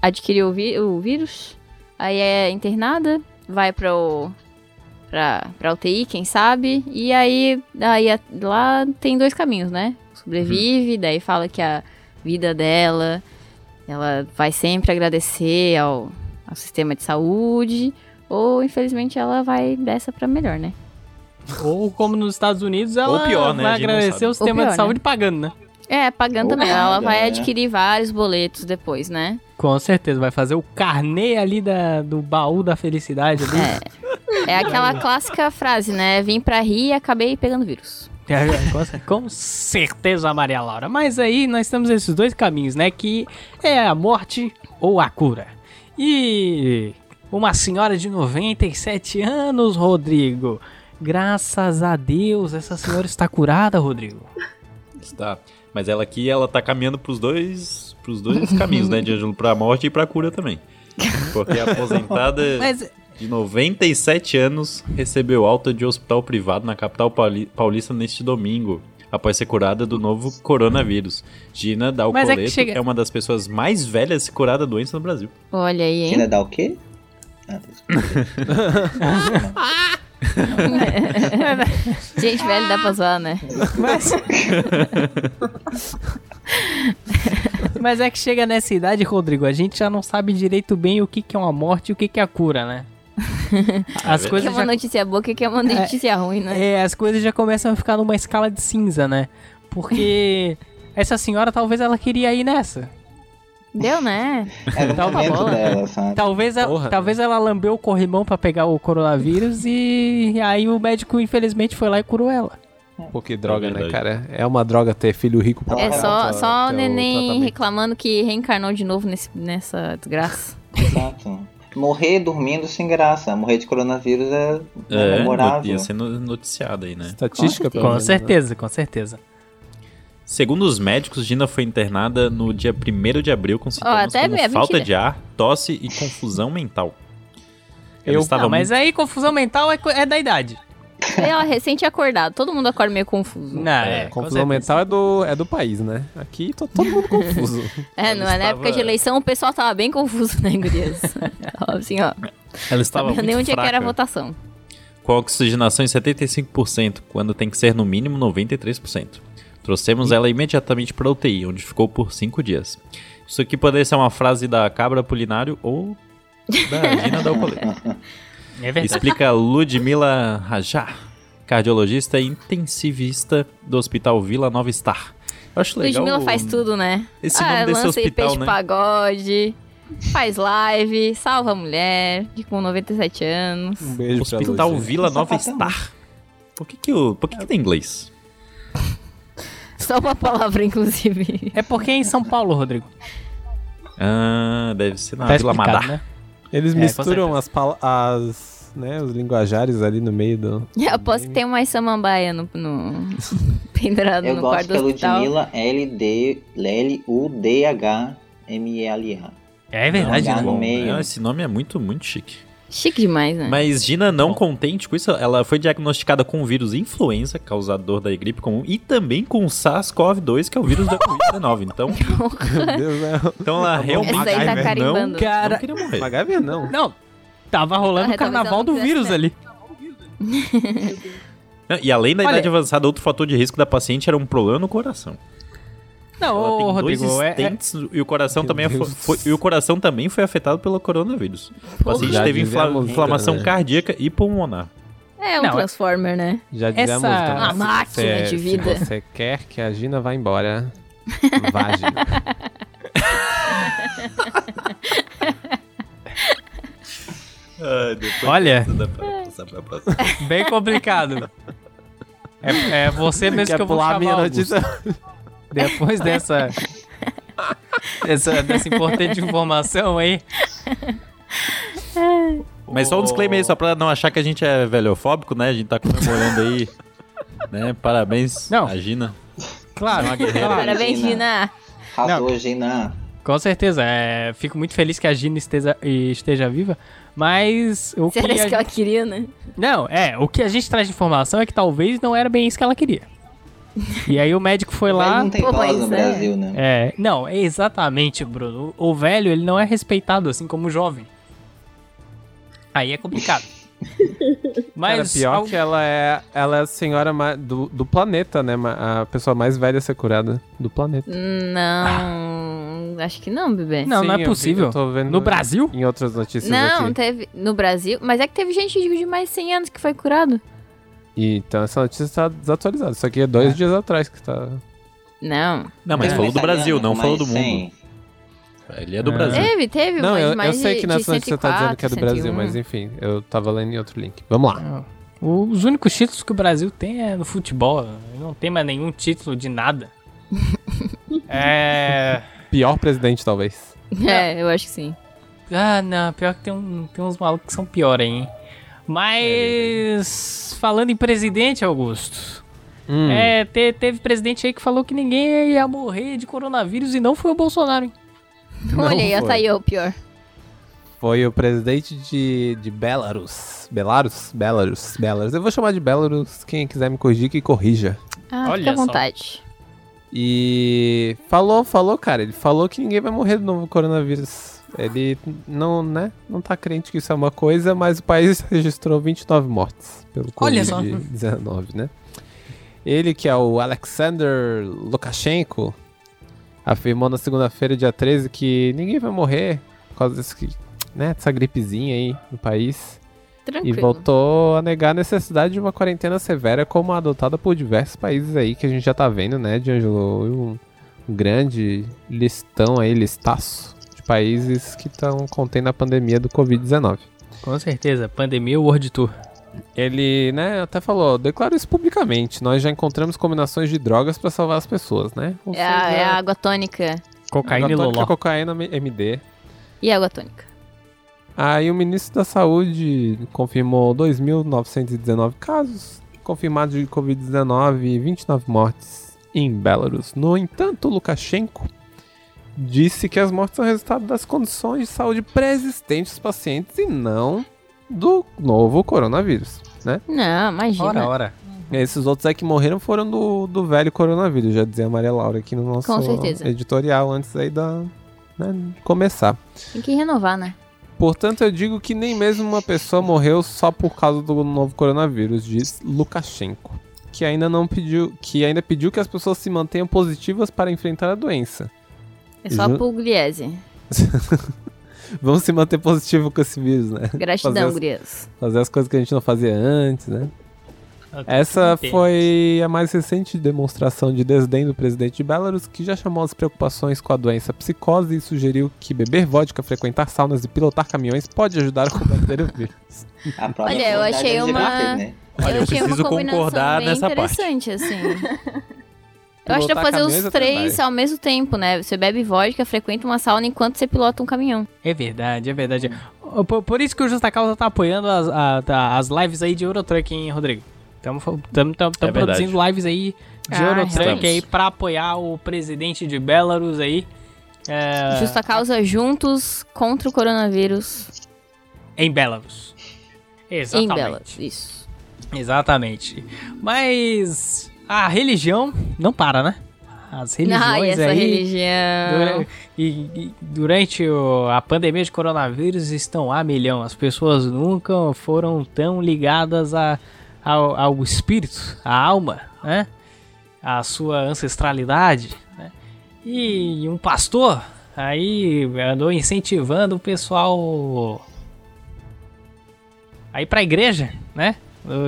adquiriu o, vi- o vírus. Aí é internada, vai pra, o, pra, pra UTI, quem sabe. E aí, aí a- lá tem dois caminhos, né? Sobrevive, daí fala que a vida dela, ela vai sempre agradecer ao, ao sistema de saúde. Ou, infelizmente, ela vai dessa pra melhor, né? Ou como nos Estados Unidos, ela Ou pior, né? vai A gente não agradecer sabe. o sistema pior, de né? saúde pagando, né? É, pagando Ou também. Ela nada, vai né? adquirir vários boletos depois, né? Com certeza, vai fazer o carnê ali da, do baú da felicidade. Ali. É aquela clássica frase, né? Vim pra rir e acabei pegando vírus. É, com cer- Com certeza, Maria Laura. Mas aí nós temos esses dois caminhos, né? Que é a morte ou a cura. E uma senhora de 97 anos, Rodrigo. Graças a Deus, essa senhora está curada, Rodrigo. Está. tá? Mas ela aqui, ela tá caminhando pros dois, pros dois caminhos, né, Diângelo? Pra morte e pra cura também. Porque a aposentada Mas de 97 anos recebeu alta de hospital privado na capital pauli- paulista neste domingo, após ser curada do novo coronavírus. Gina Mas Dalcoleto é que é, chega- uma das pessoas mais velhas a ser curada da doença no Brasil. Olha aí, hein? Ainda dá o quê? Ah, tá. Gente, velho, dá pra zoar, né? Mas... Mas é que chega nessa idade, Rodrigo, a gente já não sabe direito bem o que, que é uma morte e o que, que é a cura, né? As O verdade. que é coisas uma já... notícia boa, o que é uma notícia ruim, né? É, as coisas já começam a ficar numa escala de cinza, né? Porque essa senhora talvez ela queria ir nessa. Deu, né? Era o Tá uma momento bola. dela, sabe? Talvez, ela- Porra, talvez ela lambeu o corrimão pra pegar o coronavírus e aí o médico infelizmente foi lá e curou ela. Pô, que droga, né, verdade. cara? É uma droga ter filho rico pra É É caralho, só, ter só o ter um neném tratamento. reclamando que reencarnou de novo nesse, nessa desgraça. Exato. Morrer dormindo sem graça. Morrer de coronavírus é, é É, no- memorável. ia ser no- noticiada aí, né? Estatística, pelo Com menos, né? certeza, com certeza. Segundo os médicos, Gina foi internada no dia 1 de abril com sintomas até como é falta mentira. de ar, tosse e confusão mental. Ela Eu- estava Ah, mas aí confusão mental é, co- é da idade. E ela recente acordada, todo mundo acorda meio confuso. Não, é, com Confusão certeza. mental é do, é do país, né? Aqui tá todo mundo confuso. é, não é na estava- época de eleição o pessoal tava bem confuso, né, gurias? Tava assim, ó, muito- ela estava sabia nem muito onde é que era a fraca, votação. com a oxigenação em 75%, quando tem que ser no mínimo 93%. Trouxemos ela imediatamente para UTI, onde ficou por 5 dias. Isso aqui poderia ser uma frase da Cabra Polinário ou da Gina Dalcoleto. É verdade. Explica Ludmila Rajar, cardiologista e intensivista do Hospital Vila Nova Star. Eu acho legal. Ludmilla o- faz tudo, né? Esse nome desse lança hospital, IP de né? pagode, faz live, salva a mulher, de com 97 anos. Um beijo pra Hum. Hospital Luz. Vila Nova Sapatão. Star. Por que que, o, por que, que tem inglês? Só uma palavra, inclusive. É porque é em São Paulo, Rodrigo. Ah, deve ser na Tá Vila explicado, Madá. né? Eles É, com misturam certeza. as, pala- as né, os linguajares ali no meio do. E aposto que tem mais samambaia no, no- pendurado Eu no gosto quarto que do é hospital. Ludmilla L-U-D-H-M-L-A. É verdade, Não, né? no Bom, meio. é, esse nome é muito, muito chique. Chique demais, né? Mas Gina, não contente com isso, ela foi diagnosticada com o vírus influenza, causador da gripe comum, e também com o SARS-CoV-2, que é o vírus da Covid-19. Então, Meu Deus, é. então ela realmente Essa aí tá MacGyver, carimbando. não, Cara, não queria morrer. MacGyver não. não. Tava rolando Ah, o talvez ela carnaval não do tivesse vírus pego. ali. Não, E além da Olha- idade avançada, outro fator de risco da paciente era um problema no coração. Não, Ela ô, tem Rodrigo, dois é- é, stents e o coração Meu também foi, Deus. foi- e o coração também foi afetado pelo coronavírus. O paciente Já teve infla- dizemos, inflamação né? cardíaca e pulmonar. É um Não, é- Transformer, né? Já dizia Essa- a música. né? A Se máquina você- de vida. Se você quer que a Gina vá embora, vá, Gina. Olha, Olha. bem complicado. É, é você mesmo Quer que eu vou pular chamar, a minha Augusto. notícia? Depois dessa, dessa, dessa importante informação aí. Mas só um Ô, disclaimer aí, só pra não achar que a gente é velhofóbico, né? A gente tá comemorando aí. né? Parabéns, Não. a Gina. Claro, claro. Parabéns, Gina. Arrasou, Gina. Com certeza. é, fico muito feliz que a Gina esteja, esteja viva. Mas o que, Será a, isso que ela queria, né? Não, é, o que a gente traz de informação é que talvez não era bem isso que ela queria. E aí o médico foi Mas lá. não tem Pô, dose mas no é. Brasil, né? É, não, é exatamente, Bruno. O velho, ele não é respeitado assim como o jovem. Aí é complicado. Cara, Mas pior al- que ela é, ela é a senhora ma- do, do planeta, né? Ma- A pessoa mais velha a ser curada do planeta. Não. Acho que não, bebê. Não, não é eu vi- possível. eu tô vendo no Brasil? Em outras notícias Não, aqui. teve. No Brasil. Mas é que teve gente de mais 100 anos que foi curado. E, então essa notícia tá desatualizada. Isso aqui é dois dias atrás que tá. Não. Não, mas Tem falou do vegetariana Brasil, não com falou do mais mundo. 100. Ele é do É. Brasil. Teve, teve. não, mas eu, eu mais sei de- que nessa de notícia tá dizendo que é do 104, Brasil, 101. mas enfim, eu tava lendo em outro link. Vamos lá. os únicos títulos que o Brasil tem é no futebol. Não tem mais nenhum título de nada. é. Pior presidente, talvez. É, eu acho que sim. Ah, não, pior que tem, um, tem uns malucos que são piores, É, hein? Mas. Falando em presidente, Augusto. Hum, É, te- teve presidente aí que falou que ninguém ia morrer de coronavírus e não foi o Bolsonaro, hein? Não Olha aí, essa foi. aí é o pior. Foi o presidente de, de Belarus. Belarus? Belarus. Belarus. Eu vou chamar de Belarus. Quem quiser me corrigir, que corrija. Ah, Olha fica à só. vontade. E falou, falou, cara. Ele falou que ninguém vai morrer do novo coronavírus. Ele não, né? Não tá crente que isso é uma coisa, mas o país registrou 29 mortes pelo Olha só. Covid-19, né? Ele, que é o Alexander Lukashenko, afirmou na segunda-feira, dia 13, que ninguém vai morrer por causa desse, que- né, dessa gripezinha aí no país. E Tranquilo. voltou a negar a necessidade de uma quarentena severa, como a adotada por diversos países aí, que a gente já tá vendo, né, D'Angelo? Um, um grande listão aí, listaço de países que estão contendo a pandemia do Covid-19. Com certeza, pandemia World Tour. Ele, né, até falou, declaro isso publicamente, nós já encontramos combinações de drogas pra salvar as pessoas, né? Ou É a, seja, é a água tônica. Cocaína e tá gatônica, loló. cocaína, MD. E a água tônica. Aí o ministro da Saúde confirmou 2.919 casos confirmados de Covid-19 e 29 mortes em Belarus. No entanto, Lukashenko disse que as mortes são resultado das condições de saúde pré-existentes dos pacientes e não do novo coronavírus, né? Não, imagina. Ora, ora. Uhum. Esses outros aí que morreram foram do, do velho coronavírus, já dizia a Maria Laura aqui no nosso Com certeza. editorial antes aí da, né, de começar. Tem que renovar, né? Portanto, eu digo que nem mesmo uma pessoa morreu só por causa do novo coronavírus, diz Lukashenko, que ainda não pediu, que ainda pediu que as pessoas se mantenham positivas para enfrentar a doença. É só Ju- pro Gliese. Vamos se manter positivo com esse vírus, né? Fazer Gratidão, as- Gliese. Fazer as coisas que a gente não fazia antes, né? Essa Entendo. foi a mais recente demonstração de desdém do presidente de Belarus, que já chamou as preocupações com a doença psicose e sugeriu que beber vodka, frequentar saunas e pilotar caminhões pode ajudar a combater o vírus. A próxima Olha, eu comunidade achei uma- LGBT, né? Olha, eu, tinha preciso uma combinação concordar bem nessa parte. interessante, assim. Eu acho que dá Pilotar pra fazer caminhões os é três trabalho. ao mesmo tempo, né? Você bebe vodka, frequenta uma sauna enquanto você pilota um caminhão. É verdade, é verdade. Ô, Por, por isso que o Justa Causa tá apoiando as, a- tá- as lives aí de Eurotruck, hein, Rodrigo? Estamos É verdade. produzindo lives aí de Ah, Eurotruck realmente. aí pra apoiar o presidente de Belarus aí. É, Justa causa juntos contra o coronavírus Em Belarus. Exatamente. em Belas. Isso. Exatamente. Mas a religião não para, né? As religiões Ai, Ah, essa aí. religião. Dura- e, e durante o- a pandemia de coronavírus estão a milhão. As pessoas nunca foram tão ligadas a- ao, ao espírito, à alma, né? A sua ancestralidade, né? E um pastor aí andou incentivando o pessoal a ir pra igreja, né?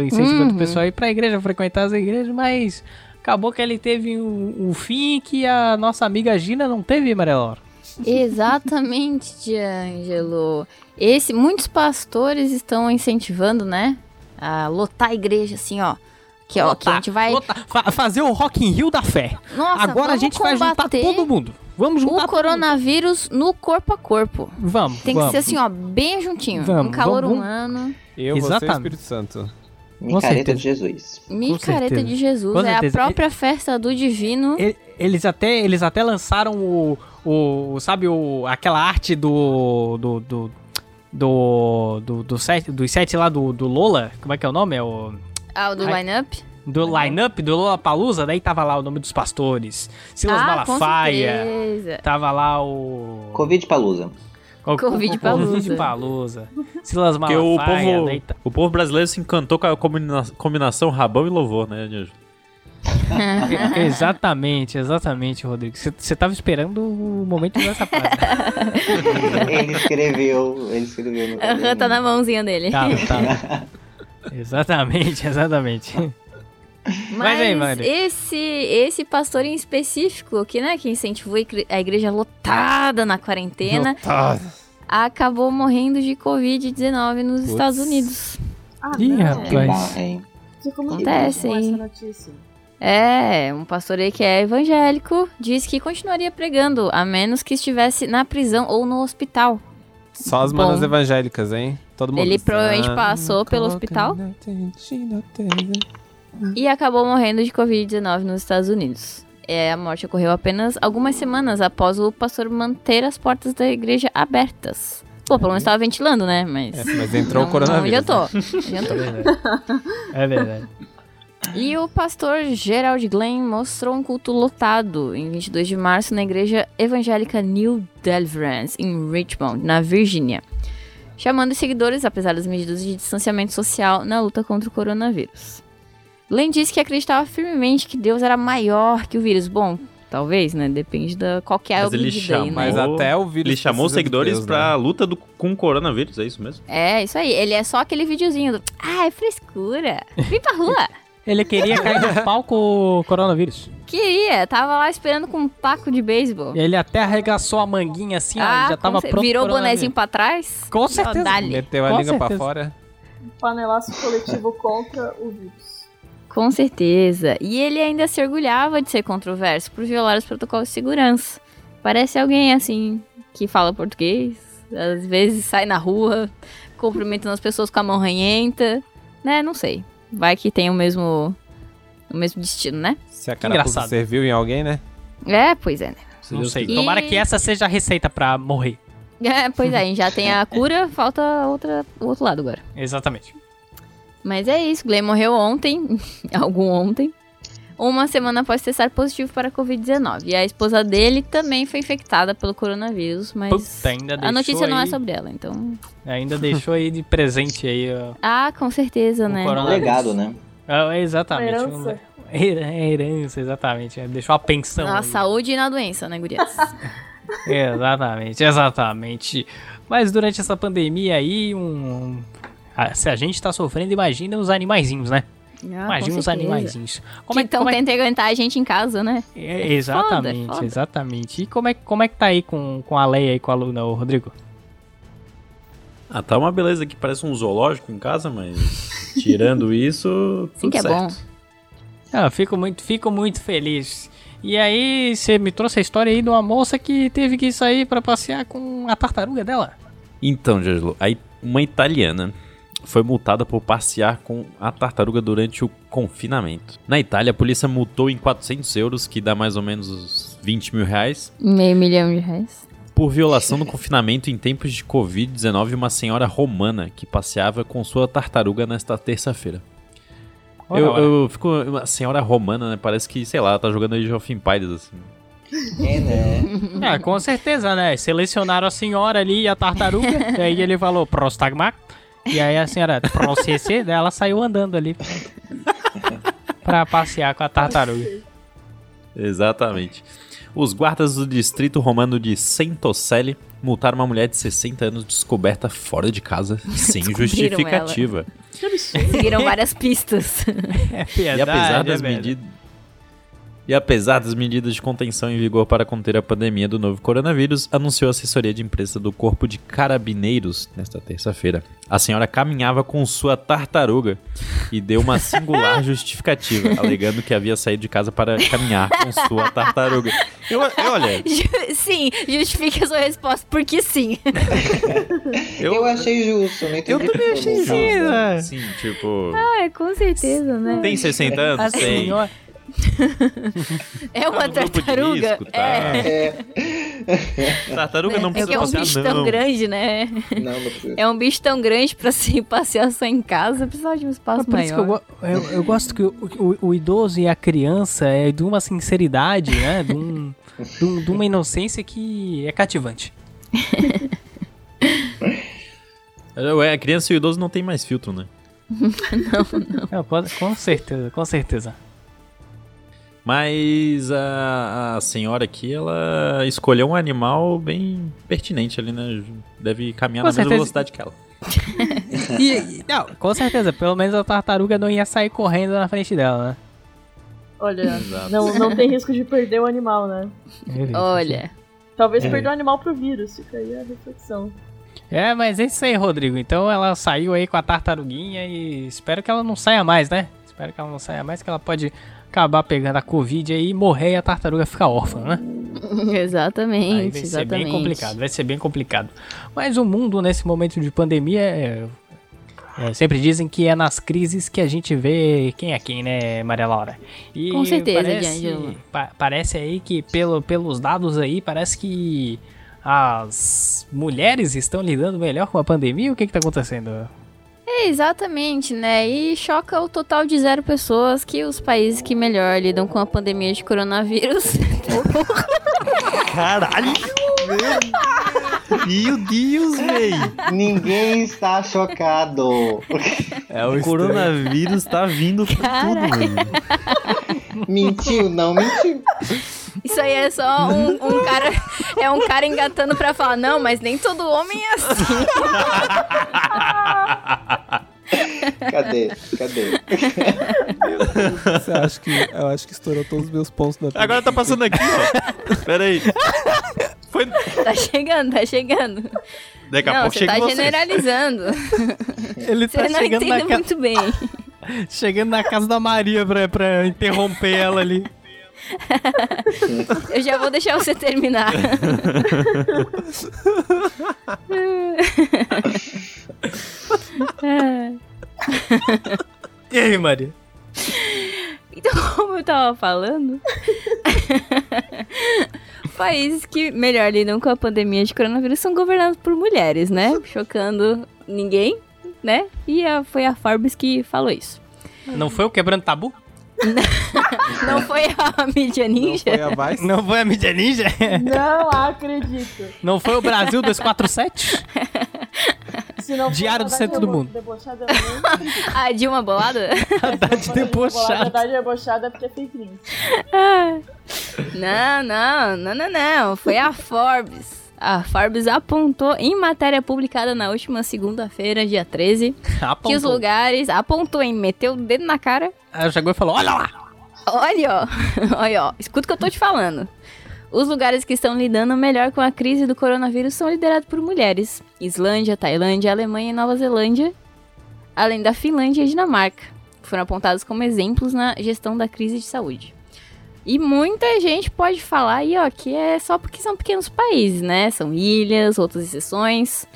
Incentivando Uhum. o pessoal a ir pra igreja, frequentar as igrejas, mas Acabou que ele teve um, um fim que a nossa amiga Gina não teve, Marelor. Exatamente, D'Angelo. Esse, muitos pastores estão incentivando, né? A lotar a igreja, assim, ó. Que, ó, que a gente vai. fazer o Rock in Rio da fé. Nossa, Agora a vamos gente vai juntar combater todo mundo. Vamos juntar O coronavírus no corpo a corpo. todo mundo. Vamos, Tem que vamos. ser assim, ó, bem juntinho. Vamos, um calor vamos, vamos. humano. Eu, você e o Exatamente. Espírito Santo. Micareta certeza. de Jesus. Micareta certeza. de Jesus. Com é certeza. a própria festa do divino. E- Eles até, eles até lançaram o, o sabe, o, aquela arte do do do do, do, do set, dos sete lá do, do Lola, como é que é o nome? É o Ah, o do Ai. lineup. do line-up do Lola Palusa, daí tava lá o nome dos pastores, Silas ah, com Malafaia, certeza. tava lá o Covid Palusa. O- Covid o- Covid Palusa. Palusa. Silas Porque o Malafaia. povo, daí tá- o povo brasileiro se encantou com a combina- combinação rabão e louvor, né, Anjo? exatamente, exatamente, Rodrigo. Você tava esperando o momento dessa frase. ele escreveu. Ele escreveu no Aham, tá na mãozinha dele. Tá, tá. Exatamente, exatamente. Mas Mas aí, Mari. esse, esse pastor em específico, que, né, que incentivou a igre- a igreja lotada na quarentena, Tá. acabou morrendo de Covid-19 nos Putz. Estados Unidos. Ah, Ih, não. Que rapaz. barra, hein? Fico muito Acontece, triste com hein? essa notícia. É, um pastor aí que é evangélico diz que continuaria pregando, a menos que estivesse na prisão ou no hospital. Só as Bom. manas evangélicas, hein? Todo mundo. Ele provavelmente Ah, passou pelo hospital e acabou morrendo de Covid-19 nos Estados Unidos. É, a morte ocorreu apenas algumas semanas após o pastor manter as portas da igreja abertas. Pô, pelo menos estava ventilando, né? Mas. Uhum. É, mas entrou não- o coronavírus. né? Não adiantou. É adiantou. verdade. É verdade. né? E o pastor Gerald Glenn mostrou um culto lotado em 22 de março na igreja evangélica New Deliverance, em Richmond, na Virgínia, chamando os seguidores, apesar das medidas de distanciamento social, na luta contra o coronavírus. Glenn disse que acreditava firmemente que Deus era maior que o vírus. Bom, talvez, né? Depende da qual que é Mas a ele medida aí, chama- né? Mas Chamou- até o vírus. Ele chamou os precisa de seguidores Deus, pra né? luta do- com o coronavírus, é isso mesmo? É, isso aí. Ele é só aquele videozinho do... Ah, é frescura. Vem pra rua. Ele queria cair no palco o coronavírus. Queria. é, Tava lá esperando com um taco de beisebol. Ele até arregaçou a manguinha assim, ó, Ah, ele já tava com cer- pronto. Virou o pro coronavírus. bonezinho pra trás? Com certeza. Dali. Meteu a Com língua pra certeza. fora. Um Panelaço coletivo contra o vírus. Com certeza. E ele ainda se orgulhava de ser controverso por violar os protocolos de segurança. Parece alguém assim que fala português, às vezes sai na rua, cumprimentando as pessoas com a mão ranhenta, né? Não sei. Vai que tem o mesmo o mesmo destino, né? Se a Que carapuça engraçado. serviu em alguém, né? É, pois é. né? Não sei. E- Tomara que essa seja a receita pra morrer. É, pois é, a gente já tem a cura, falta outra, o outro lado agora. Exatamente. Mas é isso, Glenn morreu ontem, algum ontem, uma semana após testar positivo para a Covid-19. E a esposa dele também foi infectada pelo coronavírus, mas Puta, ainda deixou É a notícia não é aí- sobre ela, então... Ainda deixou aí de presente aí, ó. Ah, com certeza, O né? coronavírus. Legado, né? Ah, exatamente. Herança. Um- Her- Herança, exatamente. é, Deixou a pensão. Na aí. saúde e na doença, né, gurias? Exatamente, exatamente. Mas durante essa pandemia aí, um. ah, Se a gente tá sofrendo, imagina os animaizinhos, né? Ah, Imagina os animaizinhos. Como é, que- então como é, tenta aguentar a gente em casa, né? é, exatamente, foda. exatamente. E como é, como é que tá aí com, com a Leia e com a Luna, ô Rodrigo? Ah, tá uma beleza que parece um zoológico em casa, mas. Tirando isso, Assim tudo que é bom. certo. Ah, fico muito, fico muito feliz. E aí, você me trouxe a história aí de uma moça que teve que sair pra passear com a tartaruga dela. Então, Angelo, aí uma italiana foi multada por passear com a tartaruga durante o confinamento. Na Itália, a polícia multou em 400 euros, que dá mais ou menos uns 20 mil reais, Meio milhão de reais. por violação do confinamento em tempos de Covid-19 uma senhora romana que passeava com sua tartaruga nesta terça-feira. Ora, Eu, ora. eu fico. Uma senhora romana, né? Parece que, sei lá, ela tá jogando Age of Empires, assim. É, né? Ah, com certeza, né? Selecionaram a senhora ali e a tartaruga. e aí ele falou prostagmac. E aí a senhora processê, daí ela saiu andando ali pra passear com a tartaruga. Exatamente. Os guardas do distrito romano de Sentocelli multaram uma mulher de 60 anos descoberta fora de casa sem Descobriram justificativa. Seguiram várias pistas. É E apesar das né, velho. medidas E apesar das medidas de contenção em vigor para conter a pandemia do novo coronavírus, anunciou a assessoria de imprensa do Corpo de Carabineiros nesta terça-feira. A senhora caminhava com sua tartaruga e deu uma singular justificativa, alegando que havia saído de casa para caminhar com sua tartaruga. Eu, eu, olha, Ju- sim, justifique a sua resposta, porque sim. Eu, achei justo, né? não entendi Eu também por que achei não. justo. É. Sim, tipo. Ah, com certeza, né? Tem 60 anos? A Tem. Tá senhora, É uma um no grupo de tartaruga. risco, tá? É. É, Tartaruga não É porque precisa é um passear, bicho não. tão grande, né? não, não precisa. É um bicho tão grande pra se passear só em casa, precisava de um espaço Ah, por isso que eu, maior. go- eu, eu gosto que o, o- o idoso e a criança é de uma sinceridade, né? De, um- de um- de uma inocência que é cativante. É, Ué, a criança e o idoso não tem mais filtro, né? Eu posso- com certeza, com certeza. Mas a, a senhora aqui, ela escolheu um animal bem pertinente ali, né? Deve caminhar Com na mesma certeza. velocidade que ela. E- e- não, com certeza, pelo menos a tartaruga não ia sair correndo na frente dela, né? Olha, Exato. não, não tem risco de perder o animal, né? Olha, Talvez É. perder o animal pro vírus, fica aí a reflexão. É, mas é isso aí, Rodrigo. Então ela saiu aí com a tartaruguinha e espero que ela não saia mais, né? Espero que ela não saia mais, que ela pode acabar pegando a Covid aí e morrer e a tartaruga ficar órfã, né? exatamente, Aí vai ser exatamente. bem complicado, vai ser bem complicado. Mas o mundo nesse momento de pandemia é, é, sempre dizem que é nas crises que a gente vê quem é quem, né, Maria Laura? E Com certeza, Diângelo. parece, pa- parece aí que pelo, pelos dados aí parece que as mulheres estão lidando melhor com a pandemia. O que que tá acontecendo? É, exatamente, né? E choca o total de zero pessoas que os países que melhor lidam com a pandemia de coronavírus. Caralho! Meu Deus, véi! Ninguém está chocado. É, o coronavírus tá vindo com tudo, mano. Mentiu, não mentiu. Isso aí é só um, um cara. É um cara engatando pra falar, não, mas nem todo homem é assim. Cadê? Cadê? Você acha que. Eu acho que estourou todos os meus pontos na Agora tá passando aqui, ó. Pera aí. Foi... Tá chegando, tá chegando. Daqui a não, pouco você chega tá em vocês. generalizando. Ele tá Você não entende muito bem. chegando na casa da Maria pra, pra interromper ela ali. Eu já vou deixar você terminar. E aí, Maria? Então, como eu tava falando, países que melhor lidam com a pandemia de coronavírus são governados por mulheres, né? Chocando ninguém, né? E a- foi a Forbes que falou isso. Não foi o quebrando tabu? Não foi a mídia Não ninja? foi a Vice? Não foi a mídia ninja? Não acredito. Não foi o Brasil 247? Se não for Diário do Haddad, Centro eu do vou mundo. debochar da mãe. A Dilma Bolada? Haddad Na debochado. verdade, debochada porque é fake news. Não, não, não, não, não. Foi a Forbes. A Forbes apontou em matéria publicada na última segunda-feira, dia 13, que os Apontou. lugares. Apontou, hein? Meteu o dedo na cara Aí chegou e falou: Olha lá! Olha, ó. Olha, ó. Escuta o que eu tô te falando. Os lugares que estão lidando melhor com a crise do coronavírus são liderados por mulheres. Islândia, Tailândia, Alemanha e Nova Zelândia. além da Finlândia e Dinamarca, que foram apontados como exemplos na gestão da crise de saúde. E muita gente pode falar aí, ó, que é só porque são pequenos países, né? São ilhas, outras exceções.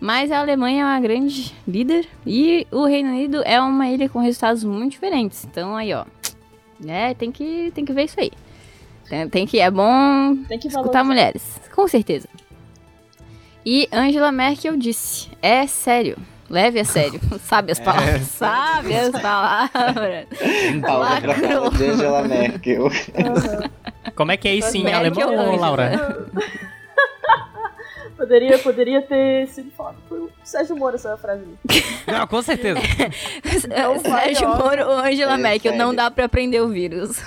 Mas a Alemanha é uma grande líder e o Reino Unido é uma ilha com resultados muito diferentes. Então aí, ó, né? Tem que, tem que ver isso aí. Tem, tem que, é bom Tem que escutar valorizar. mulheres, com certeza. E Angela Merkel disse: é sério, leve a sério, sabe as palavras, sabe as palavras. Paula pra fala de Angela Merkel. Aham. Como é que é isso em Merkel alemão, hoje, Laura? Poderia, poderia ter sido falado por Sérgio Moro essa frase. Não, com certeza. Não vai, É, Sérgio ó. Moro ou Angela É Merkel, não sério. dá pra prender o vírus.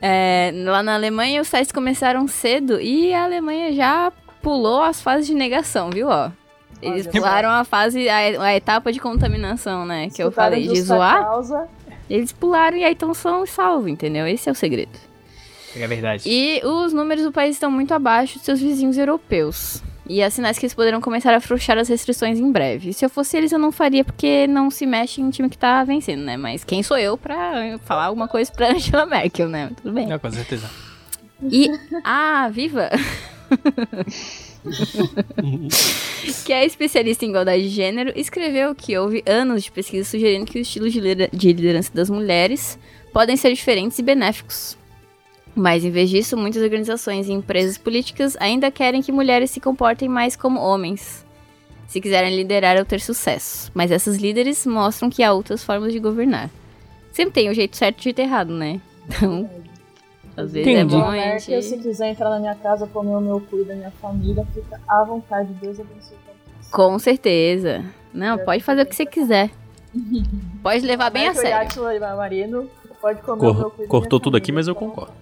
É, lá na Alemanha, os testes começaram cedo e a Alemanha já pulou as fases de negação, viu? Ó, eles Olha. pularam a fase, a, a etapa de contaminação, né? Que eu Escutaram falei, de justa zoar. Causa. Eles pularam e aí estão são salvo, entendeu? Esse é o segredo. É verdade. E os números do país estão muito abaixo de seus vizinhos europeus. E há sinais que eles poderão começar a afrouxar as restrições em breve. E se eu fosse eles, eu não faria, porque não se mexe em time que tá vencendo, né? Mas quem sou eu pra falar alguma coisa pra Angela Merkel, né? Tudo bem. Não, com certeza. E ah, viva! que é especialista em igualdade de gênero, escreveu que houve anos de pesquisa sugerindo que os estilos de lidera- de liderança das mulheres podem ser diferentes e benéficos. Mas, em vez disso, muitas organizações e empresas políticas ainda querem que mulheres se comportem mais como homens, se quiserem liderar ou ter sucesso. Mas essas líderes mostram que há outras formas de governar. Sempre tem o jeito certo e o jeito errado, né? Então, às vezes Entendi. é bom Angela a gente... Merkel, se quiser entrar na minha casa, comer o meu cu e da minha família, fica à vontade. Deus abençoe. Com certeza. Não, Já pode tem fazer o que você quiser. Pode levar bem a Merkel e sério. Átila e Marino, pode comer o meu Cor- cu e da cortou minha tudo aqui, família, mas eu tá? concordo.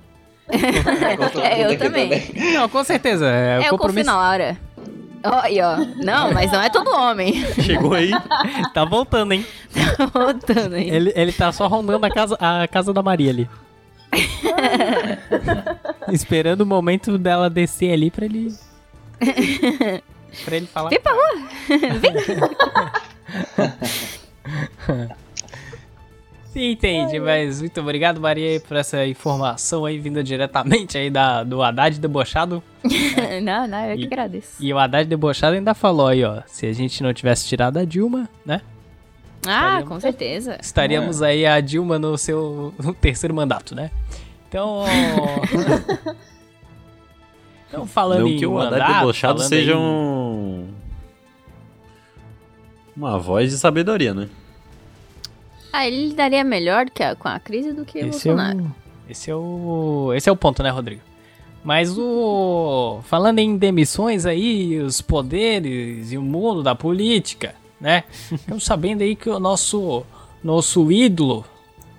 É, eu também. Não, com certeza. É, o É o compromisso. Confinaura. Ó, e ó. Não, mas não é todo homem. Chegou aí. Tá voltando, hein? Voltando aí. Ele, ele tá só rondando a casa, a casa da Maria ali. Esperando o momento dela descer ali pra ele. pra ele falar. Vem pra rua! Vem! Entendi, mas muito obrigado, Maria, por essa informação aí, vinda diretamente aí da, do Haddad debochado. Não, não, eu que E- agradeço. E o Haddad debochado ainda falou aí, ó. Se a gente não tivesse tirado a Dilma, né? Ah, Estaríamos- com certeza. Estaríamos aí a Dilma no seu no terceiro mandato, né? Então. então, falando Não em que o mandato, Haddad debochado falando seja em- um... Uma voz de sabedoria, né? Ah, ele lidaria melhor que a- com a crise do que o Esse é, Bolsonaro. o, esse é o. Esse é o ponto, né, Rodrigo? Mas o. Falando em demissões aí, os poderes e o mundo da política, né? Estamos sabendo aí que o nosso. Nosso ídolo,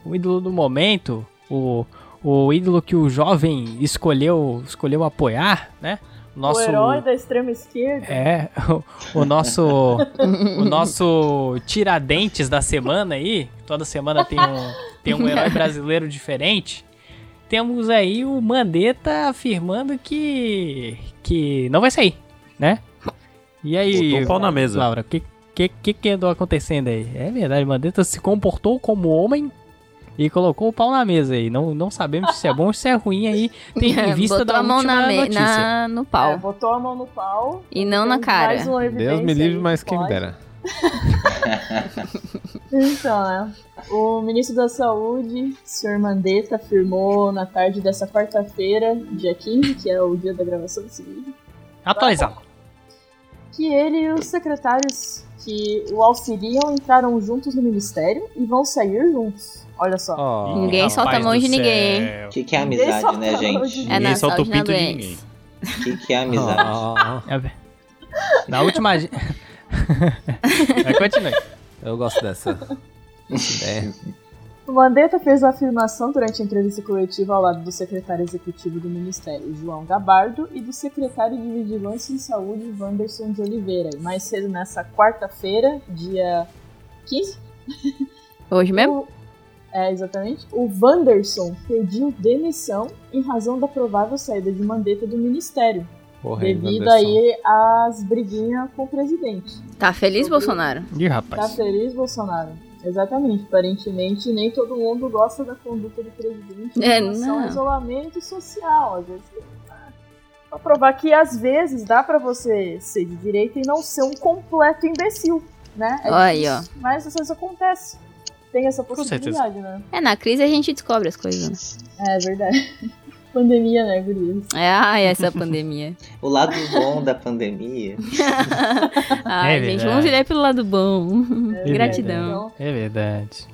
o ídolo do momento, o, o ídolo que o jovem escolheu, escolheu apoiar, né? Nosso, O herói da extrema esquerda. é, o, o nosso o nosso Tiradentes da semana aí, toda semana tem um, tem um herói brasileiro diferente. Temos aí o Mandetta afirmando que que não vai sair, né? E aí, Botou o pau na mesa. Laura, o que, que que que andou acontecendo aí? É verdade, Mandetta se comportou como homem e colocou o pau na mesa aí. Não, não sabemos se é bom ou se é ruim aí. Tem em vista É, Botou da a mão última na, me- notícia. na- no pau. É, botou a mão no pau. E não na Temos cara. mais um- uma Deus me evidência livre, aí mas que quem me pode. dera. Então, né? O ministro da Saúde, senhor Mandetta, afirmou na tarde dessa quarta-feira, dia 15, que é o dia da gravação desse vídeo, Atualizado. que ele e os secretários que o auxiliam entraram juntos no ministério e vão sair juntos. Olha só. Ó, Ninguém Rapaz solta a mão do de ninguém, hein? céu. O que, que é Ninguém solta amizade, a né, mão de gente? É na Ninguém solta o saúde, na pinto de doença. ninguém. O que, que é amizade? ó, ó, ó. É, vé- Na última. agi- Mas continue. Eu gosto dessa ideia. O Mandetta fez a afirmação durante a entrevista coletiva ao lado do secretário executivo do Ministério, João Gabardo, e do secretário de Vigilância em Saúde, Wanderson de Oliveira. E mais cedo nessa quarta-feira, dia 15, Hoje mesmo? o- é, exatamente, o Wanderson pediu demissão em razão da provável saída de Mandetta do Ministério. Correndo, Devido aí às briguinhas com o presidente. Tá feliz, Bolsonaro? Ih, Tá rapaz. feliz, Bolsonaro? Exatamente. Aparentemente, nem todo mundo gosta da conduta do presidente. É, em relação ao não. isolamento social. Às vezes, pra provar que, às vezes, dá pra você ser de direita e não ser um completo imbecil, né? É Olha aí, difícil, Mas às vezes acontece. Tem essa possibilidade, né? É, na crise a gente descobre as coisas. É verdade. Pandemia, né, gurias? Né? Ai, essa pandemia. O lado bom da pandemia. Ai, É gente, verdade. vamos virar pelo lado bom. É Gratidão. verdade. É verdade.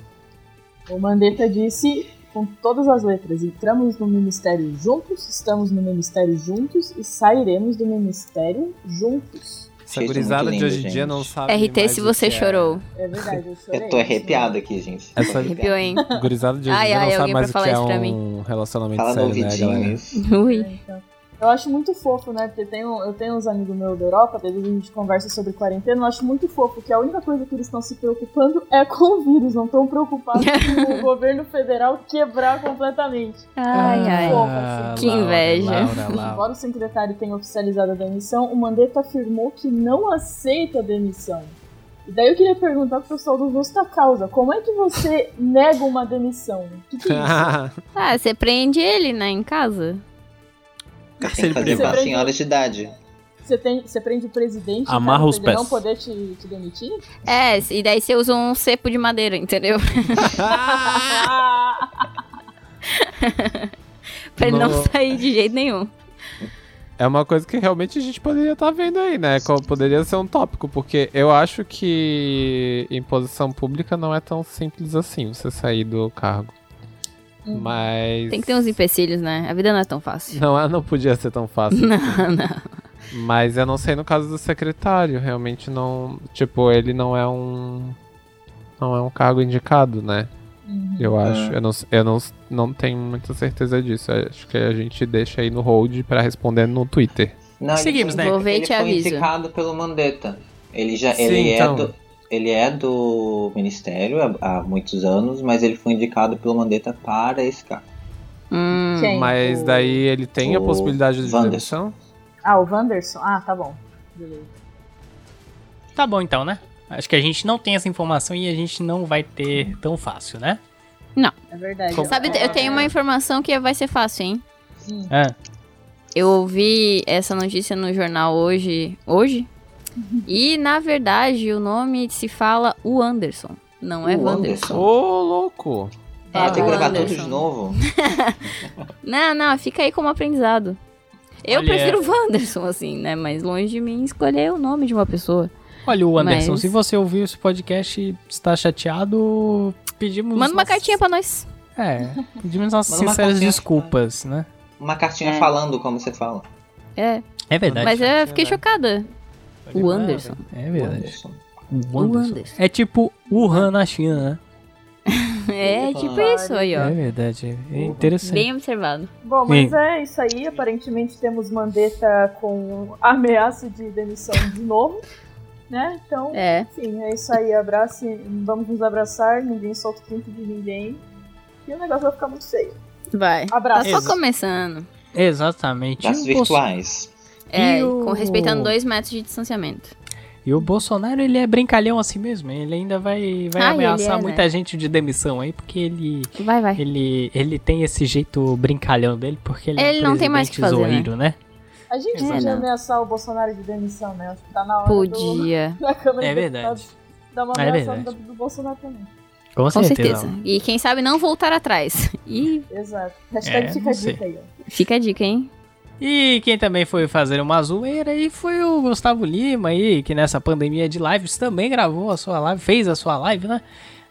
Então, o Mandetta disse com todas as letras: entramos no ministério juntos, estamos no ministério juntos e sairemos do ministério juntos. Essa Gente, gurizada muito de hoje em lindo, dia gente. não sabe. RT, mais se o que você é. chorou. É verdade, eu chorei. Eu né? tô arrepiado aqui, gente. Essa- Arrepiou, hein? Gurizada de hoje em Ai, dia ai, não sabe alguém mais pra o que é falar isso pra um relacionamento Fala no sério, né, ouvidinho galera? isso. Ui. Então, Eu acho muito fofo, né? Porque tem um- eu tenho uns amigos meus da Europa, às vezes a gente conversa sobre quarentena, eu acho muito fofo que a única coisa que eles estão se preocupando é com o vírus, não estão preocupados com o governo federal quebrar completamente. Ai, ai. Ah, Que inveja. Laura, Tá Laura, Laura. Embora o secretário tenha oficializado a demissão, o Mandetta afirmou que não aceita a demissão. E daí eu queria perguntar pro pessoal do Justa Causa, como é que você nega uma demissão? O que, que é isso? Ah, você prende ele, né, em casa? Tem que fazer Você pra prende- senhoras de idade. Você, tem, você prende o presidente Amarra pra os ele não pés. poder te, te demitir? É, e daí você usa um cepo de madeira, entendeu? Ah, pra ele não Não. sair de jeito nenhum. É uma coisa que realmente a gente poderia estar vendo aí, né? Como Poderia ser um tópico, porque eu acho que em posição pública não é tão simples assim você sair do cargo. Hum. Mas. Tem que ter uns empecilhos, né? A vida não é tão fácil. Não, ah, não podia ser tão fácil. Não, não. Mas eu não sei no caso do secretário, realmente não. Tipo, ele não é um. Não é um cargo indicado, né? Uhum. Eu acho. Eu, não, eu não, não tenho muita certeza disso. Eu acho que a gente deixa aí no hold pra responder no Twitter. Não, ele Seguimos, foi- né? Vou ver e ele te foi aviso. indicado pelo Mandetta. Ele já Sim, ele então. é do ele é do ministério há, há muitos anos, mas ele foi indicado pelo Mandetta para esse cargo. Hum. Quem? Mas O- daí ele tem a o possibilidade de Wanderson. demissão? Ah, o Wanderson. Ah, tá bom. Beleza. Tá bom então, né? Acho que a gente não tem essa informação e a gente não vai ter tão fácil, né? É verdade. Como- Sabe, eu tenho uma informação que vai ser fácil, hein? Ah, Eu ouvi essa notícia no jornal hoje. Hoje? E, na verdade, o nome se fala o Anderson. Não é O Ô, Wanderson. louco! É Ah, tem que o gravar tudo Anderson. de novo? Não, não, fica aí como aprendizado. Eu Olha- prefiro o Wanderson, assim, né? Mas longe de mim escolher o nome de uma pessoa. Olha, o Anderson, Mas- se você ouviu esse podcast e está chateado, pedimos. Manda uma nossas- cartinha pra nós. É, pedimos nossas Manda uma sinceras cartinha. desculpas, né? Uma cartinha É. falando como você fala. É. É verdade. Mas eu chatinha, fiquei né? chocada. O Anderson. É verdade. Anderson. O O Anderson. Anderson. É tipo Wuhan na China, né? É, Opa. tipo isso aí, É ó. verdade. É interessante. Bem observado. Bom, mas Sim. é isso aí. Aparentemente temos Mandetta com ameaça de demissão de novo. Né? Então, É. enfim, é isso aí. Abraço, e vamos nos abraçar. Ninguém solta o quinto de ninguém. E o negócio vai ficar muito feio. Vai. Tá Abraço. só Exa- começando. Tá Exatamente. Das E o, Bolso- virtuais. É, E o- com, respeitando dois metros de distanciamento. e o Bolsonaro, ele é brincalhão assim mesmo. Ele ainda vai, vai Ah, ele ameaçar é, né? É. muita gente de demissão aí, porque ele, Vai, vai. ele, ele tem esse jeito brincalhão dele, porque ele, é Ele um não tem mais o que presidente fazer, né? zoeiro, né? A gente É, podia não. ameaçar o Bolsonaro de demissão, né? Acho que tá na hora do, Podia. da Câmara É de verdade. Deputados dar uma É ameaça verdade. do, do Bolsonaro também. Com Com certeza. certeza. E quem sabe não voltar atrás. E Exato. Hashtag É, fica não a sei. dica aí, ó. fica a dica, hein? E quem também foi fazer uma zoeira aí foi o Gustavo Lima aí, que nessa pandemia de lives também gravou a sua live, fez a sua live, né?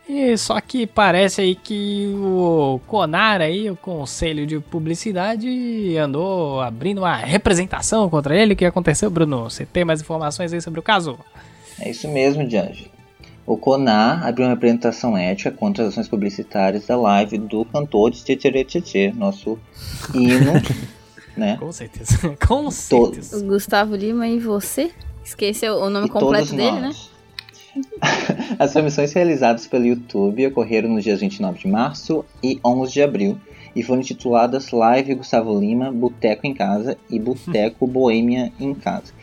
E só que parece aí que o Conar aí, o Conselho de Publicidade, andou abrindo uma representação contra ele. O que aconteceu, Bruno? Você tem mais informações aí sobre o caso? É isso mesmo, Diângelo. O CONAR abriu uma representação ética contra as ações publicitárias da live do cantor de Tietê, nosso hino, né? Com certeza. Com certeza. O Gustavo Lima e você? Esqueceu o nome e completo todos dele, né? nós. As transmissões realizadas pelo YouTube ocorreram nos dias 29 de março e 11 de abril e foram intituladas Live Gustavo Lima, Boteco em Casa e Boteco Boêmia em Casa.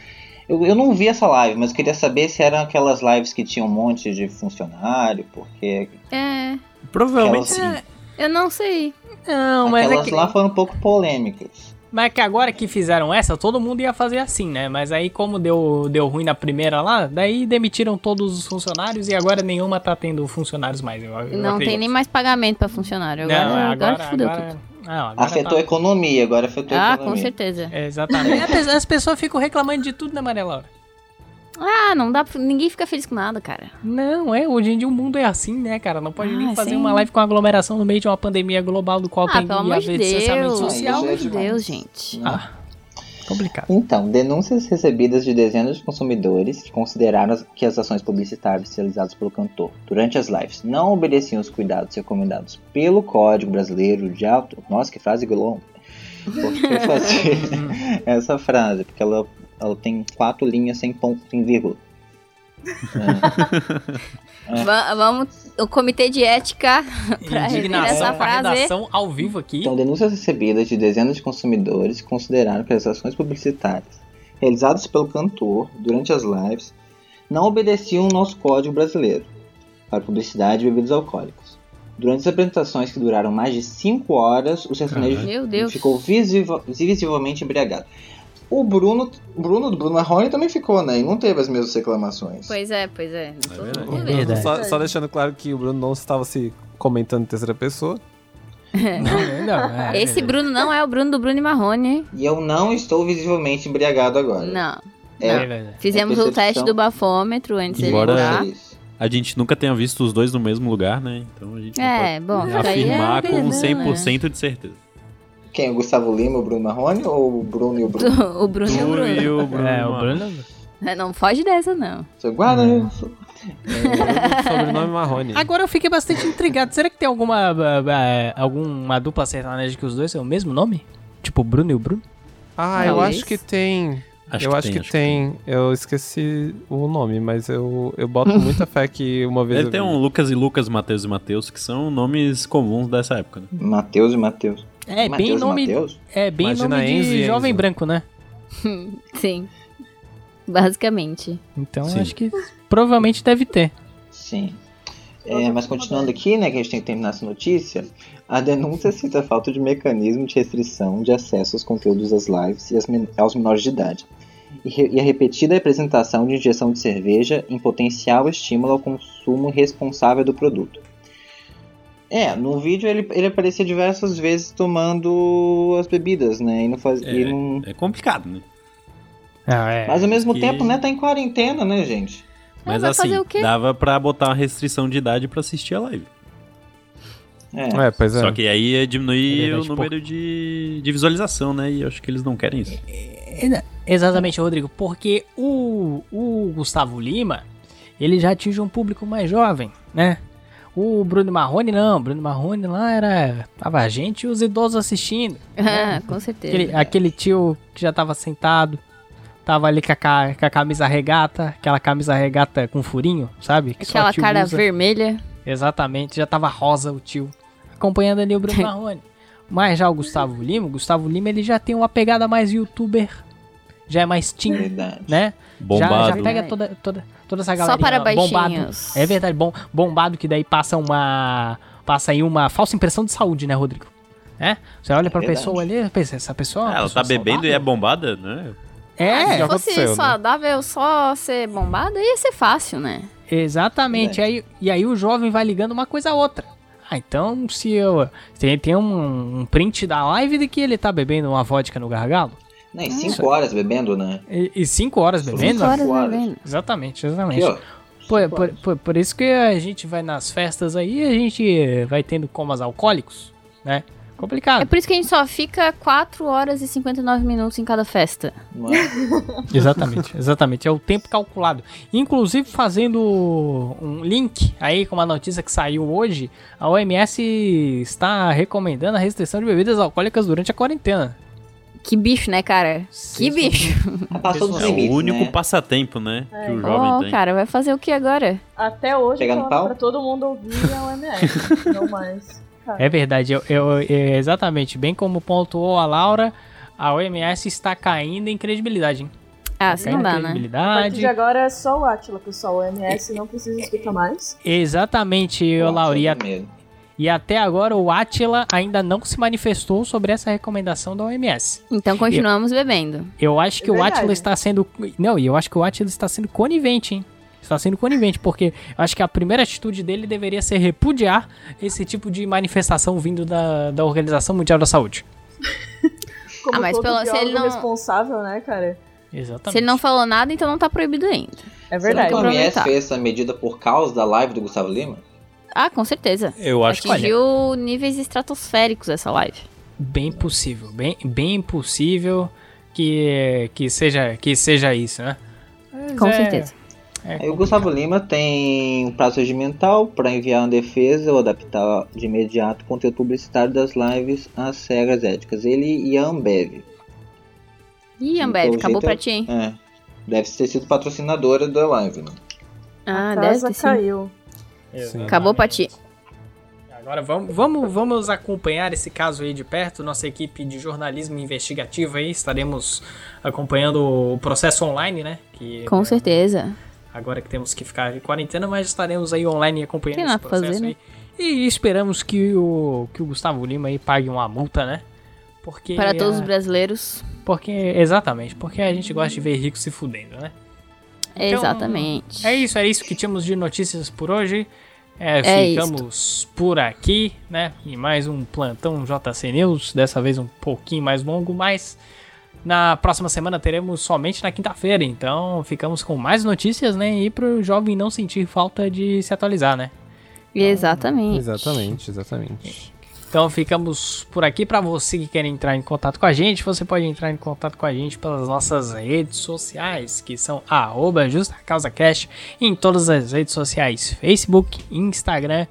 Eu, eu não vi essa live, mas queria saber se eram aquelas lives que tinham um monte de funcionário, porque É. Provavelmente Aquela- sim. Eu não sei. Não, mas é aquelas que, lá foram um pouco polêmicas. mas é que agora que fizeram essa, todo mundo ia fazer assim, né? Mas aí como deu, deu ruim na primeira lá, daí demitiram todos os funcionários e agora nenhuma tá tendo funcionários mais. eu- eu não tem acredito. nem mais pagamento pra funcionário. Agora, Não, é, agora, agora, fudeu agora- tudo. não, agora Afetou a tá- economia, agora afetou a Ah, economia. com certeza. É, Exatamente. As pe- As pessoas ficam reclamando de tudo, né, Maria Laura? Ah, não dá pra... Ninguém fica feliz com nada, cara. Não, é, hoje em dia o mundo é assim, né, cara? Não pode Ah, nem fazer sim. uma live com aglomeração no meio de uma pandemia global do qual ah, tem pelo amor de haver distanciamento Deus. É social, Pelo amor né? de Deus, gente. Não. Complicado. Então, denúncias recebidas de dezenas de consumidores que consideraram as- que as ações publicitárias realizadas pelo cantor durante as lives não obedeciam os cuidados recomendados pelo Código Brasileiro de Auto. Nossa, que frase longa. Por que fazer essa frase? Porque ela, ela tem quatro linhas sem ponto, sem vírgula. Va- vamos... O comitê de ética... Pra rever Indignação essa com a frase. redação ao vivo aqui. Então, denúncias recebidas de dezenas de consumidores consideraram que as ações publicitárias realizadas pelo cantor durante as lives não obedeciam o nosso código brasileiro para publicidade de bebidas alcoólicas. Durante as apresentações que duraram mais de 5 horas, o sertanejo Meu Deus. É. ficou visiva- visivelmente embriagado. O Bruno, Bruno do Bruno Marrone também ficou, né? E não teve as mesmas reclamações. Pois é, pois é. Todo verdade. mundo vê. Verdade. Uhum. Só, só deixando claro que o Bruno não estava se comentando em terceira pessoa. Não, não, é. Esse Bruno não é o Bruno do Bruno e Marrone. E eu não estou visivelmente embriagado agora. Não. É, É verdade. Fizemos É o percepção. teste do bafômetro antes dele Embora- entrar. isso. A gente nunca tenha visto os dois no mesmo lugar, né? Então a gente É, bom. não isso pode aí é afirmar aquele, com né? 100% de certeza. Quem? O Gustavo Lima, o Bruno Marrone ou o Bruno e o Bruno? O Bruno e o Tu e Bruno. o Bruno. É, o mano. Bruno. É, Não foge dessa, não. Você guarda, né? Sobrenome Marrone. Agora eu fiquei bastante intrigado. Será que tem alguma ah, ah, alguma dupla sertaneja que os dois têm o mesmo nome? Tipo Bruno e o Bruno? Ah, é eu Talvez. acho que tem. eu acho que, que tem. Eu esqueci o nome, mas eu, eu boto muita fé que uma vez. Deve eu ter vi. um Lucas e Lucas, Matheus e Matheus, que são nomes comuns dessa época, né? Matheus e Matheus. É Matheus bem e nome, Matheus? é bem Imagina nome Enzo e de Enzo. jovem branco, né? Sim. Basicamente. Então Sim. acho que provavelmente deve ter. Sim. É, mas continuando aqui, né, que a gente tem que terminar essa notícia, a denúncia cita a falta de mecanismo de restrição de acesso aos conteúdos das lives e às men- aos menores de idade. E, re- e a repetida apresentação de injeção de cerveja em potencial estímulo ao consumo responsável do produto. É, no vídeo ele, ele aparecia diversas vezes tomando as bebidas, né? E não fazia. É. É complicado, né? Ah, é. Mas ao mesmo que- tempo, né, tá em quarentena, né, gente? Mas vai assim, fazer o quê? dava pra botar uma restrição de idade pra assistir a live. É. É, pois é. Só que aí ia É diminuir verdade, o número de, de visualização, né? E eu acho que eles não querem isso. É, né? Exatamente, Rodrigo, porque o, o Gustavo Lima, ele já atinge um público mais jovem, né? O Bruno Marrone não, Bruno Marrone lá era tava a gente e os idosos assistindo. Ah, com certeza. né? Aquele, aquele tio que já tava sentado, tava ali com a, ca- com a camisa regata, aquela camisa regata com furinho, sabe? Que só Aquela tio cara usa. vermelha. Exatamente, já tava rosa o tio, acompanhando ali o Bruno Marrone. Mas já o Gustavo Lima, o Gustavo Lima ele já tem uma pegada mais youtuber, já é mais teen, Verdade. né? Já, Bombado. já pega toda, toda, toda essa galera. Só para bombado. baixinhos. É verdade, bom, bombado que daí passa uma. Passa aí uma falsa impressão de saúde, né, Rodrigo? É? Você olha pra verdade. pessoa ali, pensa, essa pessoa. é uma Ela tá pessoa bebendo e é saudável? bombada, né? É, já Se fosse aconteceu, né? saudável só ser bombada, ia ser fácil, né? exatamente. Aí, e aí o jovem vai ligando uma coisa a outra. Ah, então se eu. Tem, tem um, um print da live de que ele tá bebendo uma vodka no gargalo. Não, e 5 horas bebendo, né? E, e cinco horas bebendo? Cinco horas. Exatamente, exatamente. Aqui, ó. Por, por, por, por isso que a gente vai nas festas aí, a gente vai tendo comas alcoólicos, né? É Complicado. por isso que a gente só fica 4 horas e 59 minutos em cada festa. Não é? Exatamente, exatamente. É o tempo calculado. Inclusive, fazendo um link aí com uma notícia que saiu hoje, a OMS está recomendando a restrição de bebidas alcoólicas durante a quarentena. Que bicho, né, cara? Que bicho. Passou dos tá É o limites, único né? passatempo, né? Que o jovem Ó, tem. cara, vai fazer o que agora? Até hoje eu Pegando falava pau? é pra todo mundo ouvir a OMS, não mais. cara. É verdade, eu, eu- eu- exatamente. Bem como pontuou a Laura, a OMS está caindo em credibilidade, hein? Ah, assim não Caindo em A dá, né? partir credibilidade. de agora é só o Átila, pessoal. O MS não precisa explicar Ah, mais. Exatamente, eu, Laura. E, a- Primeiro. e até agora o Atila ainda não se manifestou sobre essa recomendação da OMS. Então continuamos bebendo. Eu acho que É o verdade. Atila está sendo. Não, e eu acho que o Atila está sendo conivente, hein? Está sendo conivente, porque eu acho que a primeira atitude dele deveria ser repudiar esse tipo de manifestação vindo da, da Organização Mundial da Saúde. Como Ah, mas todo pelo- se ele biólogo não- responsável, né, cara? Exatamente. Se ele não falou nada, então não tá proibido ainda. Será É verdade. que a Vamos OMS aproveitar. fez essa medida por causa da live do Gustavo Lima? Ah, com certeza. Eu acho que Atingiu níveis estratosféricos essa live. Bem possível, bem, bem possível que, que, seja, que seja isso, né? Mas Com é- certeza. é Aí o complicado. Gustavo Lima tem um prazo regimental para enviar uma defesa ou adaptar de imediato o conteúdo publicitário das lives às regras éticas. Ele e a Ambev. Ih, Então, Ambev, o jeito acabou pra é- ti, hein? É. Deve ter sido patrocinadora da live, né? Ah, A deve casa ter sim. caiu. Sim. Acabou pra ti. Agora vamos, vamos, vamos acompanhar esse caso aí de perto. Nossa equipe de jornalismo investigativo aí estaremos acompanhando o processo online, né? Que Com certeza. agora que temos que ficar em quarentena, mas estaremos aí online acompanhando Tem esse nada pra processo fazer, né? aí. E esperamos que o, que o Gustavo Lima aí pague uma multa, né? Porque Para todos os a- brasileiros. porque exatamente, porque a gente gosta de ver rico se fudendo, né? Então, Exatamente. É isso, é isso que tínhamos de notícias por hoje. É, É ficamos por aqui, né? Em mais um plantão JC News, dessa vez um pouquinho mais longo, mas na próxima semana teremos somente na quinta-feira, então ficamos com mais notícias, né? E pro jovem não sentir falta de se atualizar, né? Exatamente. Exatamente, exatamente. Então ficamos por aqui. Para você que quer entrar em contato com a gente, você pode entrar em contato com a gente pelas nossas redes sociais, que são arroba JustaCausaCast em todas as redes sociais: Facebook, Instagram,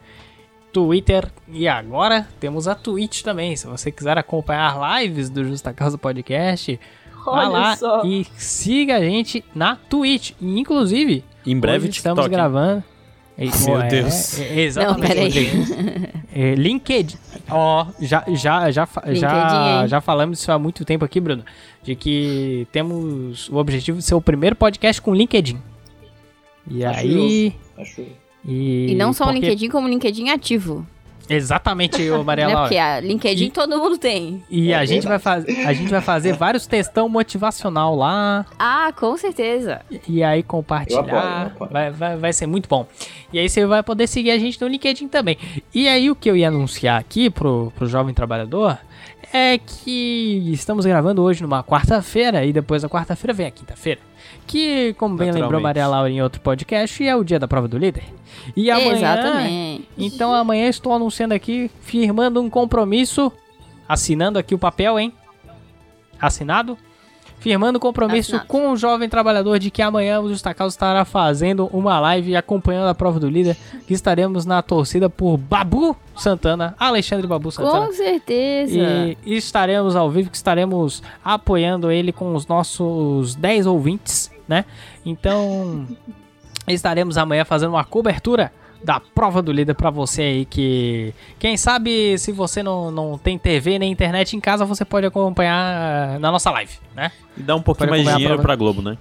Twitter e agora temos a Twitch também. Se você quiser acompanhar lives do Justa Causa Podcast, vá Olha lá só. e siga a gente na Twitch. E, inclusive, Em breve hoje estamos TikTok, hein? gravando. E- Meu é, Deus. é, é, exatamente. Não, peraí. É, LinkedIn. Ó, já, já, já, fa- LinkedIn, já, hein? já falamos isso há muito tempo aqui, Bruno. De que temos o objetivo de ser o primeiro podcast com LinkedIn. E Acho aí. Acho. E, Tá E não só o porque- LinkedIn, como o LinkedIn ativo. Exatamente, ô Maria né? Laura. Porque a LinkedIn E- todo mundo tem. E É a, gente vai faz... a gente vai fazer vários textão motivacional lá. Ah, com certeza. E aí Eu apoio, compartilhar. eu apoio. Vai, vai, vai ser muito bom. E aí você vai poder seguir a gente no LinkedIn também. E aí o que eu ia anunciar aqui pro, pro jovem trabalhador é que estamos gravando hoje numa quarta-feira e depois da quarta-feira vem a quinta-feira. Que, como bem lembrou Naturalmente. Maria Laura em outro podcast, é o dia da prova do líder. E amanhã. Exatamente. Então amanhã estou anunciando aqui, firmando um compromisso, assinando aqui o papel, hein? Assinado. Firmando um compromisso Assinado. com o jovem trabalhador de que amanhã o Justa Causa estará fazendo uma live acompanhando a prova do líder, que estaremos na torcida por Babu Santana, Alexandre Babu Santana. Com certeza. tá- E estaremos ao vivo, que estaremos apoiando ele com os nossos 10 ouvintes, né? Então, estaremos amanhã fazendo uma cobertura da prova do líder pra você aí que quem sabe se você não, não tem TV nem internet em casa você pode acompanhar na nossa live, né? E dá um pouquinho Pode mais de acompanhar a dinheiro prova. pra Globo, né?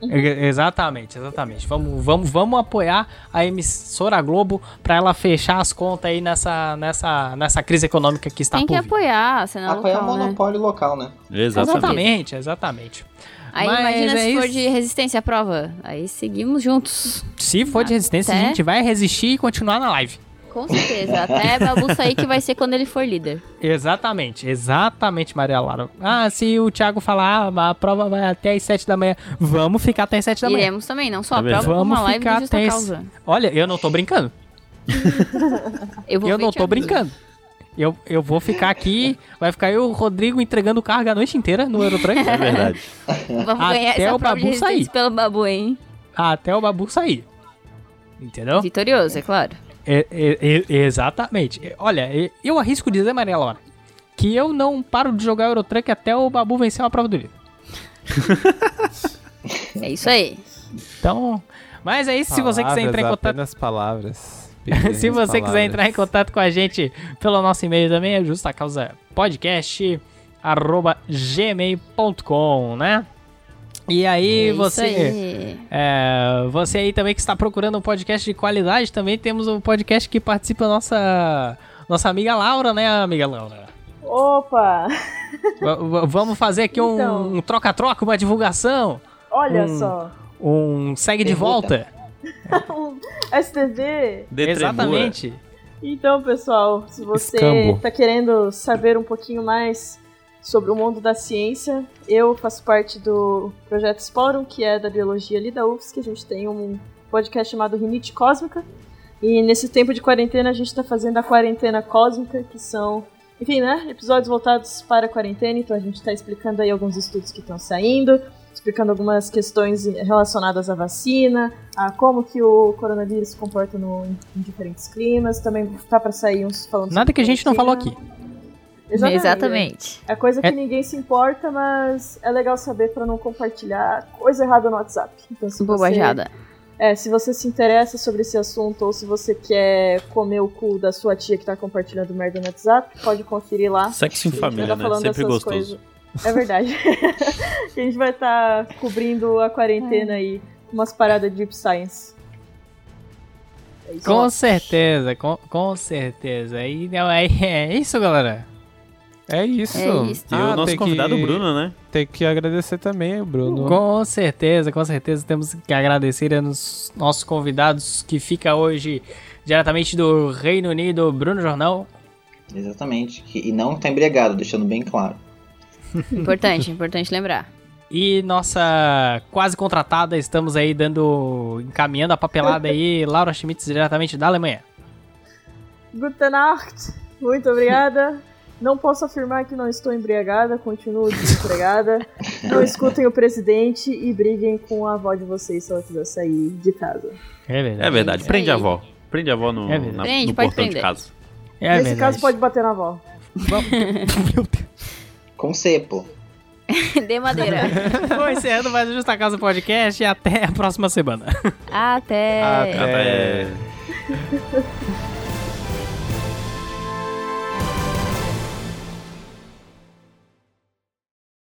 Uhum. E- Exatamente, exatamente. Vamos, vamos, vamos apoiar a emissora Globo pra ela fechar as contas aí nessa, nessa, nessa crise econômica que está tem que tá por vir. apoiar a cena Apoiar o local, né? monopólio local, né? Exatamente. Exatamente, exatamente. Aí Mas imagina é se for isso. de resistência à prova. Aí seguimos juntos. Se for de resistência, Até- a gente vai resistir e continuar na live. Com certeza. Até Babu sair que vai ser quando ele for líder. Exatamente, exatamente, Maria Laura. Ah, se o Thiago falar, ah, a prova vai até as 7 da manhã, vamos ficar até as 7 da manhã. Iremos também, não só a Tá vendo? prova, como Vamos uma live ficar de justa até esse- causa. Olha, eu não tô brincando. vou eu ver não te tô avisar. brincando. Eu, eu vou ficar aqui, vai ficar eu e o Rodrigo entregando carga a noite inteira no Eurotruck. É verdade. Vamos ganhar Até essa o prova de Babu resistência sair. pelo Babu, hein? até o Babu sair. Entendeu? Vitorioso, é claro. É, é, é, exatamente. É, Olha, é, eu arrisco dizer, Maria Laura, que eu não paro de jogar Eurotruck até o Babu vencer uma prova do livro. É isso aí. Então, mas é isso. Se você quiser Palavras, entrar em contato Apenas palavras. Perdi Se as você quiser palavras. entrar em contato com a gente pelo nosso e-mail também, é justa causa podcast gmail.com, né? E aí É isso você aí. é, você aí também que está procurando um podcast de qualidade, também temos um podcast que participa a nossa nossa amiga Laura, né, amiga Laura? Opa! V- v- vamos fazer aqui um- Então. um troca-troca, uma divulgação, Olha Hum. só! um segue de Pergunta. volta. STV! De tremura. Exatamente. Então, pessoal, se você Escambo. está querendo saber um pouquinho mais sobre o mundo da ciência, eu faço parte do projeto Sporum, que é da biologia ali da UFS, que a gente tem um podcast chamado Rinite Cósmica. E nesse tempo de quarentena a gente está fazendo a quarentena cósmica, que são, enfim, né, episódios voltados para a quarentena. Então a gente está explicando aí alguns estudos que estão saindo, explicando algumas questões relacionadas à vacina, a como que o coronavírus se comporta no, em diferentes climas. Também tá para sair uns falando. Nada sobre que a gente não falou quarentena. aqui. Exatamente. É coisa que É- ninguém se importa, mas é legal saber pra não compartilhar coisa errada no WhatsApp. Então, se você, Bobajada. é, se você se interessa sobre esse assunto ou se você quer comer o cu da sua tia que tá compartilhando merda no WhatsApp, pode conferir lá. Sexo em Ela família, tá né? falando Sempre essas gostoso. coisas. É verdade. a gente vai estar cobrindo a quarentena aí com umas paradas de deep science. É isso. Com certeza, com, com certeza. E não, é, é isso, galera. É isso. Ah, É isso. E Ah, o nosso tem convidado, que- o Bruno, né? Tem que agradecer também o Bruno. Com certeza, com certeza. Temos que agradecer aos nossos convidados que fica hoje diretamente do Reino Unido, Bruno Jornal. Exatamente. que- e não tá embriagado, deixando bem claro. Importante, importante lembrar. E nossa quase contratada, estamos aí dando. encaminhando a papelada aí, Laura Schmitz, diretamente da Alemanha. Guten Nacht. Muito obrigada. Não posso afirmar que não estou embriagada, continuo desempregada. Não escutem o presidente e briguem com a avó de vocês se ela quiser sair de casa. É verdade. É verdade. isso Prende a aí. avó. Prende a avó no, É verdade. na- Prende, no pode portão de prender. casa. É Nesse verdade. caso, pode bater na avó. Com cepo. De madeira. Vou encerrando mais o Justa Casa Podcast e até a próxima semana. É. Até. Até. Até- É.